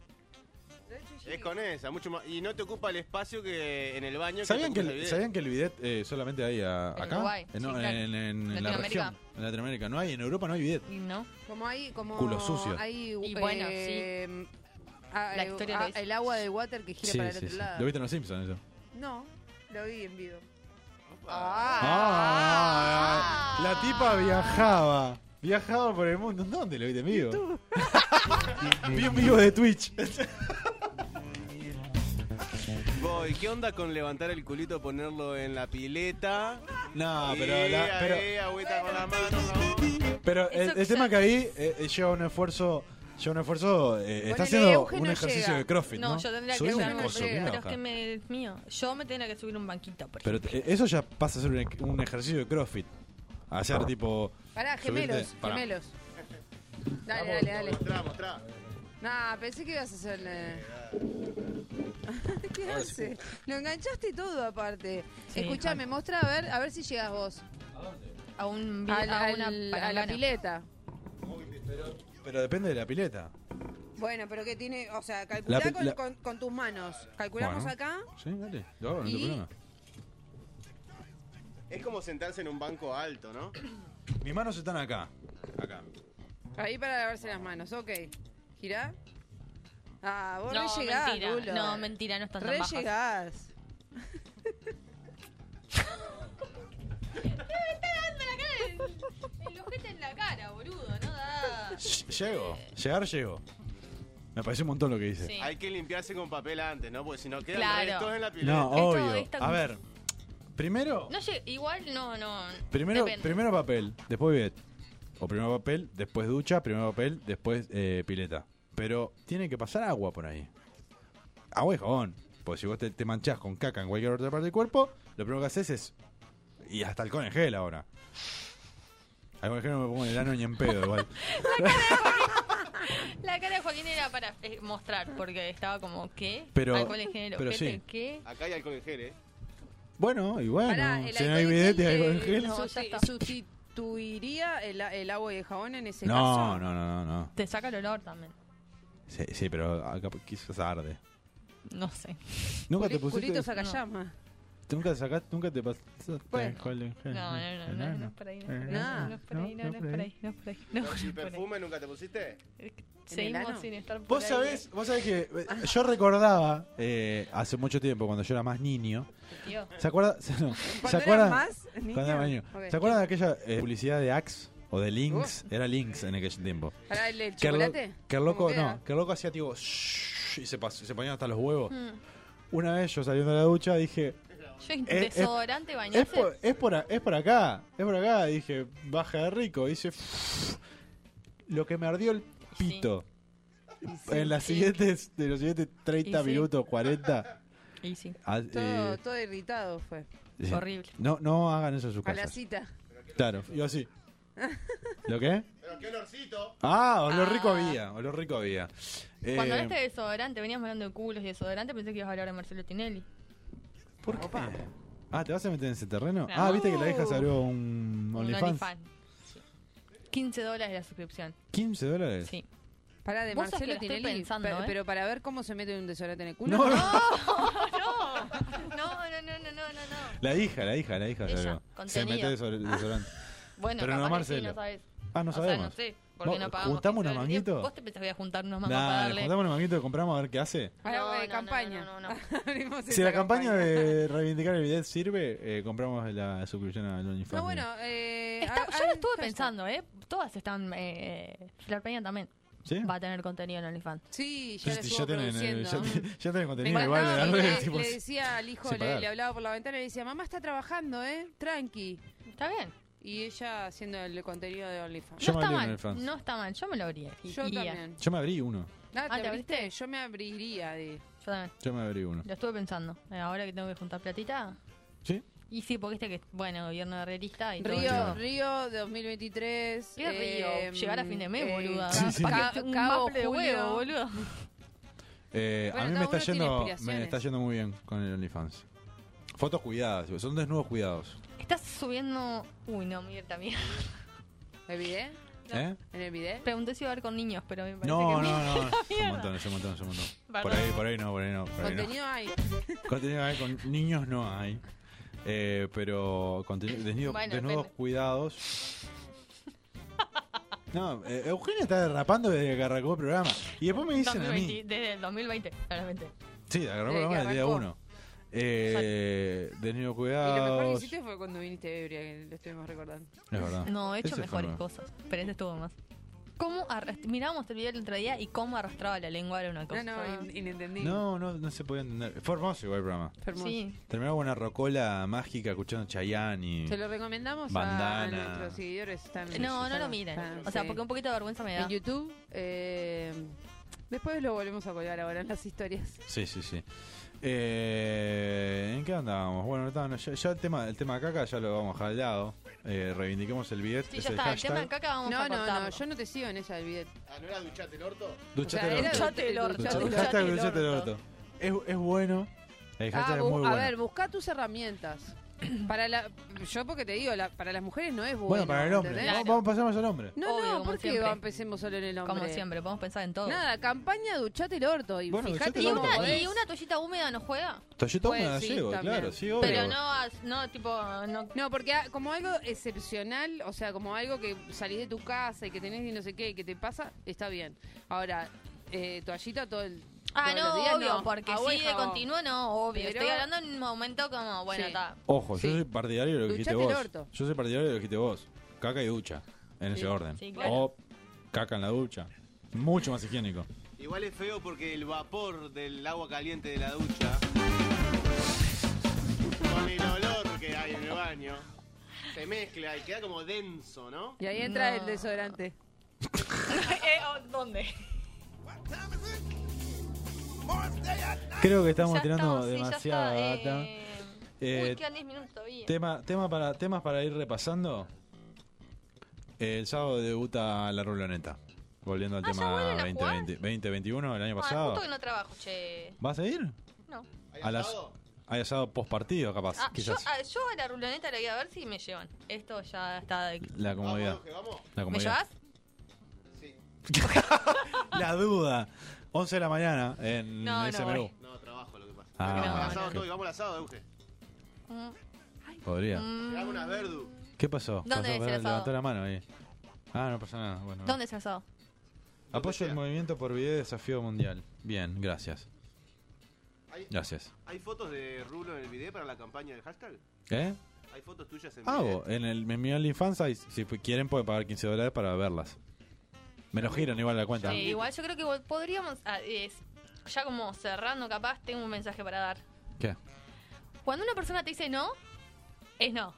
Es con esa, mucho más. Y no te ocupa el espacio que en el baño. ¿Sabían te que, ocupa el, bidet. ¿Sabían que el bidet eh, solamente hay a- acá? Uruguay, Eh, no, sí, en, claro. en- en la Latinoamérica. región. En Latinoamérica. No hay, en Europa no hay bidet. No. Como hay. Como Culo sucio. Hay, Y bueno, eh, ah, La eh, historia ah, lo dice. el agua de water que gira para el otro lado. ¿Lo viste en Los Simpsons eso? No, lo vi en vivo. Ah, la tipa viajaba. Viajaba por el mundo. ¿Dónde lo viste en vivo? [laughs] Vi en vivo de Twitch. Voy, ¿qué onda con levantar el culito, ponerlo en la pileta? No, Ah, pero Eh, la- pero- eh, agüita con la mano. Pero el, el tema que ahí eh, eh, lleva un esfuerzo. Lleva un esfuerzo. eh, está haciendo Euge un no ejercicio llega. de crossfit. No, No, yo tendría Subí que un ser coso, subí una Pero es hoja. que me, es mío. Yo me tendría que subir un banquito, por Pero te- eh, eso ya pasa a ser un, ec- un ejercicio de CrossFit. Hacer tipo. Pará, subirte- gemelos, Pará. gemelos. Dale, dale, dale. Nah, pensé que ibas a hacerle. [laughs] ¿Qué hace? Lo enganchaste todo aparte. Sí. ah. Escuchame, mostra a ver, a ver si llegas vos. A un a, a la- una al- a la palangana. pileta. Pero depende de la pileta. Bueno, pero que tiene, o sea, La calculá pi- con, la- con- con tus manos. Calculamos Bueno. acá. Sí, dale. Lo hago, no Y- tengo problema. Es como sentarse en un banco alto, ¿no? Mis manos están acá. Acá. Ahí para lavarse las manos, ok. Girá. Ah, vos No, re llegás, mentira. Lulo. No, mentira, no están tan Re bajas. llegás. [laughs] El ojete en la cara, boludo, no da. Ll- Llego. Llegar, llego. Me parece un montón lo que dice. Hay que limpiarse con papel antes, ¿no? Porque si no quedan Claro. restos en la pileta. No, obvio. esta- A ver. Primero. No lle- igual no, no. Primero, depende. primero papel, después bidet. O primero papel, después ducha, primero papel, después eh, pileta. Pero tiene que pasar agua por ahí. Agua y jabón. Porque si vos te, te manchás con caca en cualquier otra parte del cuerpo, lo primero que haces es. Y hasta alcohol en gel ahora. Alcohol en gel no me pongo en el ano ni en [laughs] pedo igual. La cara de Joaquín era para eh, mostrar, porque estaba como, ¿qué? Pero- alcohol en género, pero gente, sí. ¿qué? Acá hay alcohol en gel, ¿eh? Bueno, y bueno. Pará, el si no hay alcohol en bidet y gel, alcohol en eh, gel. susti- No, ¿Sustituiría el, el agua y el jabón en ese no, caso? no, no, no. Te saca el olor también. Sí, sí, pero acá quizás arde. No sé. Nunca te Culi- Culito pusiste. saca llama. Nunca te sacaste, nunca te pasaste Bueno. alcohol en No, gel. no, no, no, no es por ahí, no es por ahí, No, no es por ahí, no, no es por ahí, no es por ahí. No, ¿Y perfume nunca te pusiste? seguimos sin estar por Vos ahí. sabés, vos sabés que eh, yo recordaba eh, hace mucho tiempo cuando yo era más niño. Tío. ¿Se acuerdan? [laughs] No, ¿Se eras acuerdan? más Cuando era más niño. Ok. ¿Se acuerdan de aquella eh, publicidad de Axe o de Lynx? Era Lynx en aquel tiempo. Pará, ¿el, el Que el lo- chocolate? Que el loco, ¿Cómo queda? no, que el loco hacía tipo shhh, y se, pas- se ponían hasta los huevos. Mm. Una vez yo saliendo de la ducha dije, Yo in- Eh, eh, desodorante, es bañarse. por, es, por, a- es por acá, es por acá. Dije, baja de rico. Dice, lo que me ardió el pito. En las siguientes, de los siguientes 30 Y sí. minutos, 40. Y sí. ah, Todo, eh, todo irritado fue. sí. No, no hagan eso en sus A la casas. cita. Claro, yo así. ¿Lo qué? Pero qué olorcito. Ah, olor rico había, olor rico había. Eh, [laughs] Cuando este- hablaste de desodorante, veníamos hablando de culos y desodorante, pensé que ibas a hablar de Marcelo Tinelli. ¿Por qué? Ah, ¿te vas a meter en ese terreno? No. Ah, viste que la vieja salió un Un OnlyFans. OnlyFans. Sí. 15 dólares la suscripción. 15 dólares. Sí. Para de Vos sabés Marcelo que lo estoy Tinelli, pensando, pe- ¿eh? [laughs] pero para ver cómo se mete un desodorante en el culo. No, no. La hija, la hija, la hija. Ella, salió. se contenido. mete desor- Ah. desodorante. [laughs] Bueno, Pero no capaz que sí, Marcelo. no sabes. Ah, no o sea, sabemos. no sé, porque Vos- no pagamos. ¿Juntamos unos publicidad. manguitos? ¿Vos te pensás que voy a juntar unos mangos para Nah, le darle? juntamos unos manguitos, compramos a ver qué hace. No, Ahora, eh, no, campaña. [laughs] Si la campaña de reivindicar el bidet sirve, eh, compramos la suscripción al OnlyFans. No, bueno, eh, Está- yo lo estuve pensando, ¿eh? Todas están. Eh, Flor Peña también. ¿Sí? Va a tener contenido en OnlyFans. Sí, ya, ya, tienen, eh, ya, te- ya tienen contenido Venga, igual no, de las y redes, le- tipo, Le decía al hijo, sin le, pagar. le hablaba por la ventana y le decía, mamá está trabajando, ¿eh? Tranqui. Está bien. Y ella haciendo el contenido de OnlyFans. Yo no me está abrí mal. un OnlyFans. No está mal. Yo me lo abrí. Yo también. Yo me abrí uno. Ah, Ah, ¿te ¿te abriste? Yo me abriría de... Yo también. Yo me abrí uno. Lo estuve pensando. Eh, Ahora que tengo que juntar platita. ¿Sí? Y sí, porque este que, bueno, gobierno herrerista y todo Río, eso. Río 2023. ¿Qué Río? Llegar a fin de mes, boluda. ca- Sí, sí. ca- Un em, eh, Cabo maple de huevo, Julio. boludo. Eh, Bueno, a mí cada me está, uno tiene yendo, me inspiraciones. está yendo muy bien con el OnlyFans. Fotos cuidadas, son desnudos cuidados. Estás subiendo. Uy, no, Mirta, mía. ¿El video? ¿Eh? ¿En el video? Pregunté si iba a ver con niños, pero me parece No, que [laughs] no, no. Mirta, Es un mierda. montón, es un montón, es un montón. Por Perdón. ahí, por ahí no, por ahí no. Por ahí no. Contenido [laughs] hay. Contenido hay, con niños no hay. Eh, pero [laughs] contenido, desnudo- Bueno, desnudos depende. cuidados. No, eh, Eugenia está derrapando desde que arrancó el programa. Y después me dicen a 2020, mí. Desde el 2020, claramente. Sí, agarró el Desde programa que del día arrancó. uno. Eh, desnudo Y lo mejor que cuidados. hiciste Este fue cuando viniste ebria, que lo estuvimos recordando. Es verdad. No, he hecho Ese fue mejores nuevo. cosas. Pero este estuvo más. ¿Cómo arrast- Mirábamos el video el otro día y cómo arrastraba la lengua era una cosa. No, no, inentendible. No, no, no se podía entender. Fue hermoso igual el programa. Sí. Terminaba con una rocola mágica escuchando Chayanne y... Se lo recomendamos a Bandana. nuestros seguidores. Están, No, no están- lo miren. están- O sea, sí. porque un poquito de vergüenza me da. En YouTube, eh, después lo volvemos a colgar ahora en las historias. Sí, sí, sí. Eh, ¿En qué andábamos? Bueno, no, no, ya, ya el tema el tema de caca ya lo vamos a dejar al lado. Eh, reivindiquemos el bidet. Sí, es ya el está. El hashtag. tema de caca vamos no, a no, cortarlo. no, yo no te sigo en esa del bidet. Ah, ¿no era duchate el orto? Duchate el era orto. duchate el orto. Duchate- Duchate hashtag el duchate el orto. orto. Es, es bueno. El Ah, hashtag bu- es muy a bueno. ver, busca tus herramientas. Para la, yo porque te digo, la- para las mujeres no es bueno. bueno, para el hombre. ¿entendés? Vamos, vamos, pasamos al hombre. No, Obvio, no, como ¿por qué siempre. va- empecemos solo en el hombre? Como siempre, podemos pensar en todo. Nada, campaña duchate el orto y Bueno, fíjate duchate el cómo orto, podés. ¿eh? ¿Y una toallita húmeda no juega? Toyota Pues húmeda sí, llevo, también. claro, sí, obvio. Pero no, as- no, tipo, no. No, porque ah, como algo excepcional, o sea, como algo que salís de tu casa y que tenés y no sé qué, y que te pasa, está bien. Ahora, eh, toallita todo el Ah, todos los no, días, obvio, no. porque Agua y si de jabón. continuo no, obvio. Pero- Estoy hablando en un momento como, bueno, Sí. está. Ojo, yo soy partidario de lo que dijiste Duchate el vos. orto. Yo soy partidario de lo que dijiste vos. Caca y ducha, en ese orden. sí, claro. O caca en la ducha. Mucho más higiénico. Igual es feo porque el vapor del agua caliente de la ducha. Con el olor que hay en el baño. Se mezcla y queda como denso, ¿no? Y ahí entra No. [laughs] el desodorante. ¿Dónde? Creo que estamos Ya estamos, tirando sí, ya demasiada está, data. eh, Eh, Uy, quedan 10 minutos todavía. tema, tema para, temas para ir repasando. Eh, El sábado debuta la ruloneta. Volviendo al Ah, ¿ya tema vuelven a 2020 2021 del año Ah, pasado. justo que no trabajo, che. ¿Vas a ir? No. A las, hay asado post partido, capaz. Ah, yo, quizás. ah, yo a la ruloneta la voy a ver si me llevan. Esto ya está. de- La comodidad. La ¿Me comodidad. llevas? [laughs] La duda. 11 de la mañana en No, no SMU. voy. No, trabajo lo que pasa. Ah, Vamos al no, asado no. todo y vamos al asado, Euge. Podría. Llevamos unas verdu. Mm. ¿Qué pasó? ¿Dónde Pasó, es el pará, asado? levantó la mano ahí. Ah, no pasa nada. Bueno, ¿Dónde es el asado? Apoyo el movimiento por video desafío mundial. Bien, gracias. ¿Hay, Gracias. ¿Hay fotos de Rulo en el video para la campaña del hashtag? ¿Eh? ¿Hay fotos tuyas en Ah, video? vos, en, el, en mi OnlyFans, hay- si fu- quieren, pueden pagar 15 dólares para verlas. Me lo giran igual la cuenta. Eh, igual yo creo que vol- podríamos. ah, es- ya como cerrando, capaz, tengo un mensaje para dar. ¿Qué? Cuando una persona te dice no, es no.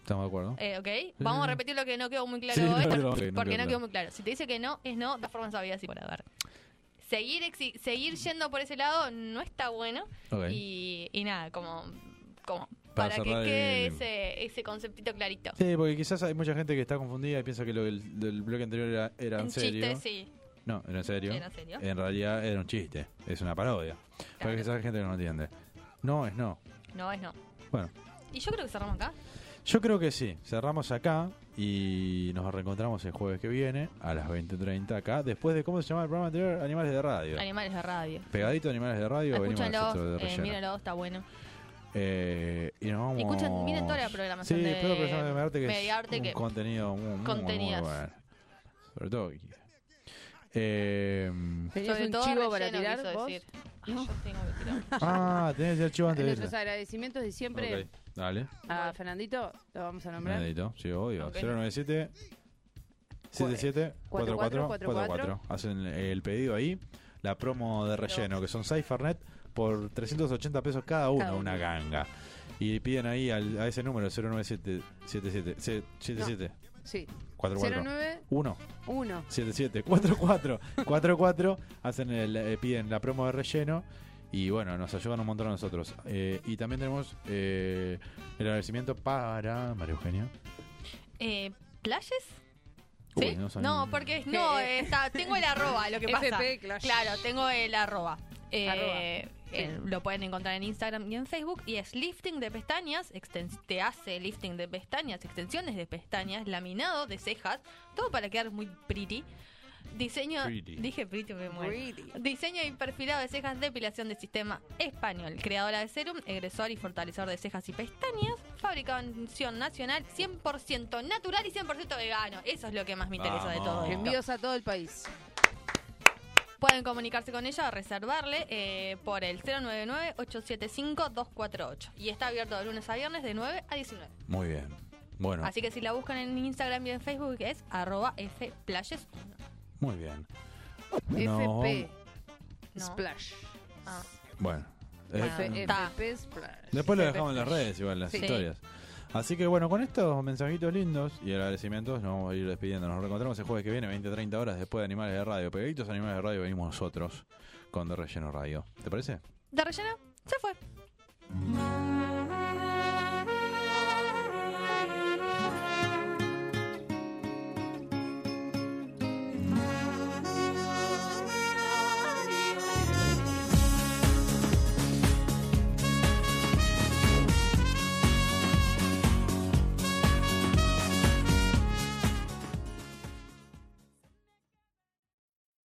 ¿Estamos de acuerdo? Eh, ¿Ok? Vamos a repetir lo que no quedó muy claro Sí, no hoy. [laughs] porque quedó- no quedó no quedó claro. muy claro. Si te dice que no, es no. De forma sabía así para ver. Seguir, exi- seguir yendo por ese lado no está bueno. Ok. Y, y nada, como. como Para para, que cerrar quede el- ese, ese conceptito clarito. Sí, porque quizás hay mucha gente que está confundida y piensa que lo del, del bloque anterior era, era en Un serio. chiste, sí. No, era en serio. Era en serio. realidad era un chiste. Es una parodia. Porque quizás hay gente que no entiende. No es no. No, es no. Bueno, Y yo creo que cerramos acá. yo creo que sí. Cerramos acá y nos reencontramos el jueves que viene a las 20.30 acá. Después de, ¿cómo se llama el programa anterior? Animales de Radio. Animales de radio. Pegadito a Animales de Radio. venimos Escúchanlos, nosotros de eh, relleno. mírenlos, está bueno. Eh, y nos vamos. Escuchen, miren toda la programación Sí, de toda la programación de Mediarte, que Mediarte, es un que- contenido muy, muy, muy Contenidas. bueno. Sobre todo. Eh, ¿Tenías Sobre un todo chivo para relleno, tirar quiso vos? decir. Ah, Yo tengo que tirar. ah, tenés el [laughs] archivo antes de Nuestros irte. agradecimientos de siempre Ok, dale. a Fernandito, lo vamos a nombrar. Benedito, sí, obvio. Ok. 097 77 cuatro, cuatro, 44 cuatro, 44. Hacen el pedido ahí. La promo de relleno, que son 6 Fernet por 380 pesos cada uno, Cada uno. una ganga. Y piden ahí al- a ese número, 097 77 se- 77 Sí. 44 09 1 1. 7744 44 hacen el, eh, piden la promo de relleno y bueno, nos ayudan un montón a nosotros. Eh, y también tenemos eh, el agradecimiento para María Eugenia. Eh, ¿Clashes? Uy, ¿Sí? no sabía. No, porque es- [laughs] no, Eh, eh. está- tengo el arroba, [laughs] lo que pasa. FP Clash. Claro, tengo el arroba. Eh, Arroba. eh, lo pueden encontrar en Instagram y en Facebook y es lifting de pestañas, exten- te hace lifting de pestañas, extensiones de pestañas, laminado de cejas, todo para quedar muy pretty. Diseño, Pretty. dije pretty, me muero. Pretty. Diseño y perfilado de cejas, depilación de sistema español, creadora de serum, egresor y fortalecedor de cejas y pestañas, fabricación nacional 100% natural y 100% vegano. Eso es lo que más me interesa de todo. esto. Envíos a todo el país. Pueden comunicarse con ella o reservarle eh, por el 099-875-248. Y está abierto de lunes a viernes de 9 a 19. Muy bien. Bueno, Así que si la buscan en Instagram y en Facebook es arroba fplayes. muy bien. No, FP No. Splash. bueno. Eh, F- Ta. FP Splash. después lo dejamos en las redes, igual, las Sí. historias. Así que bueno, con estos mensajitos lindos y agradecimientos nos vamos a ir despidiendo. Nos reencontramos el jueves que viene, 20-30 horas después de Animales de Radio. Pegaditos a Animales de Radio venimos nosotros con De Relleno Radio. ¿Te parece? De relleno, se fue.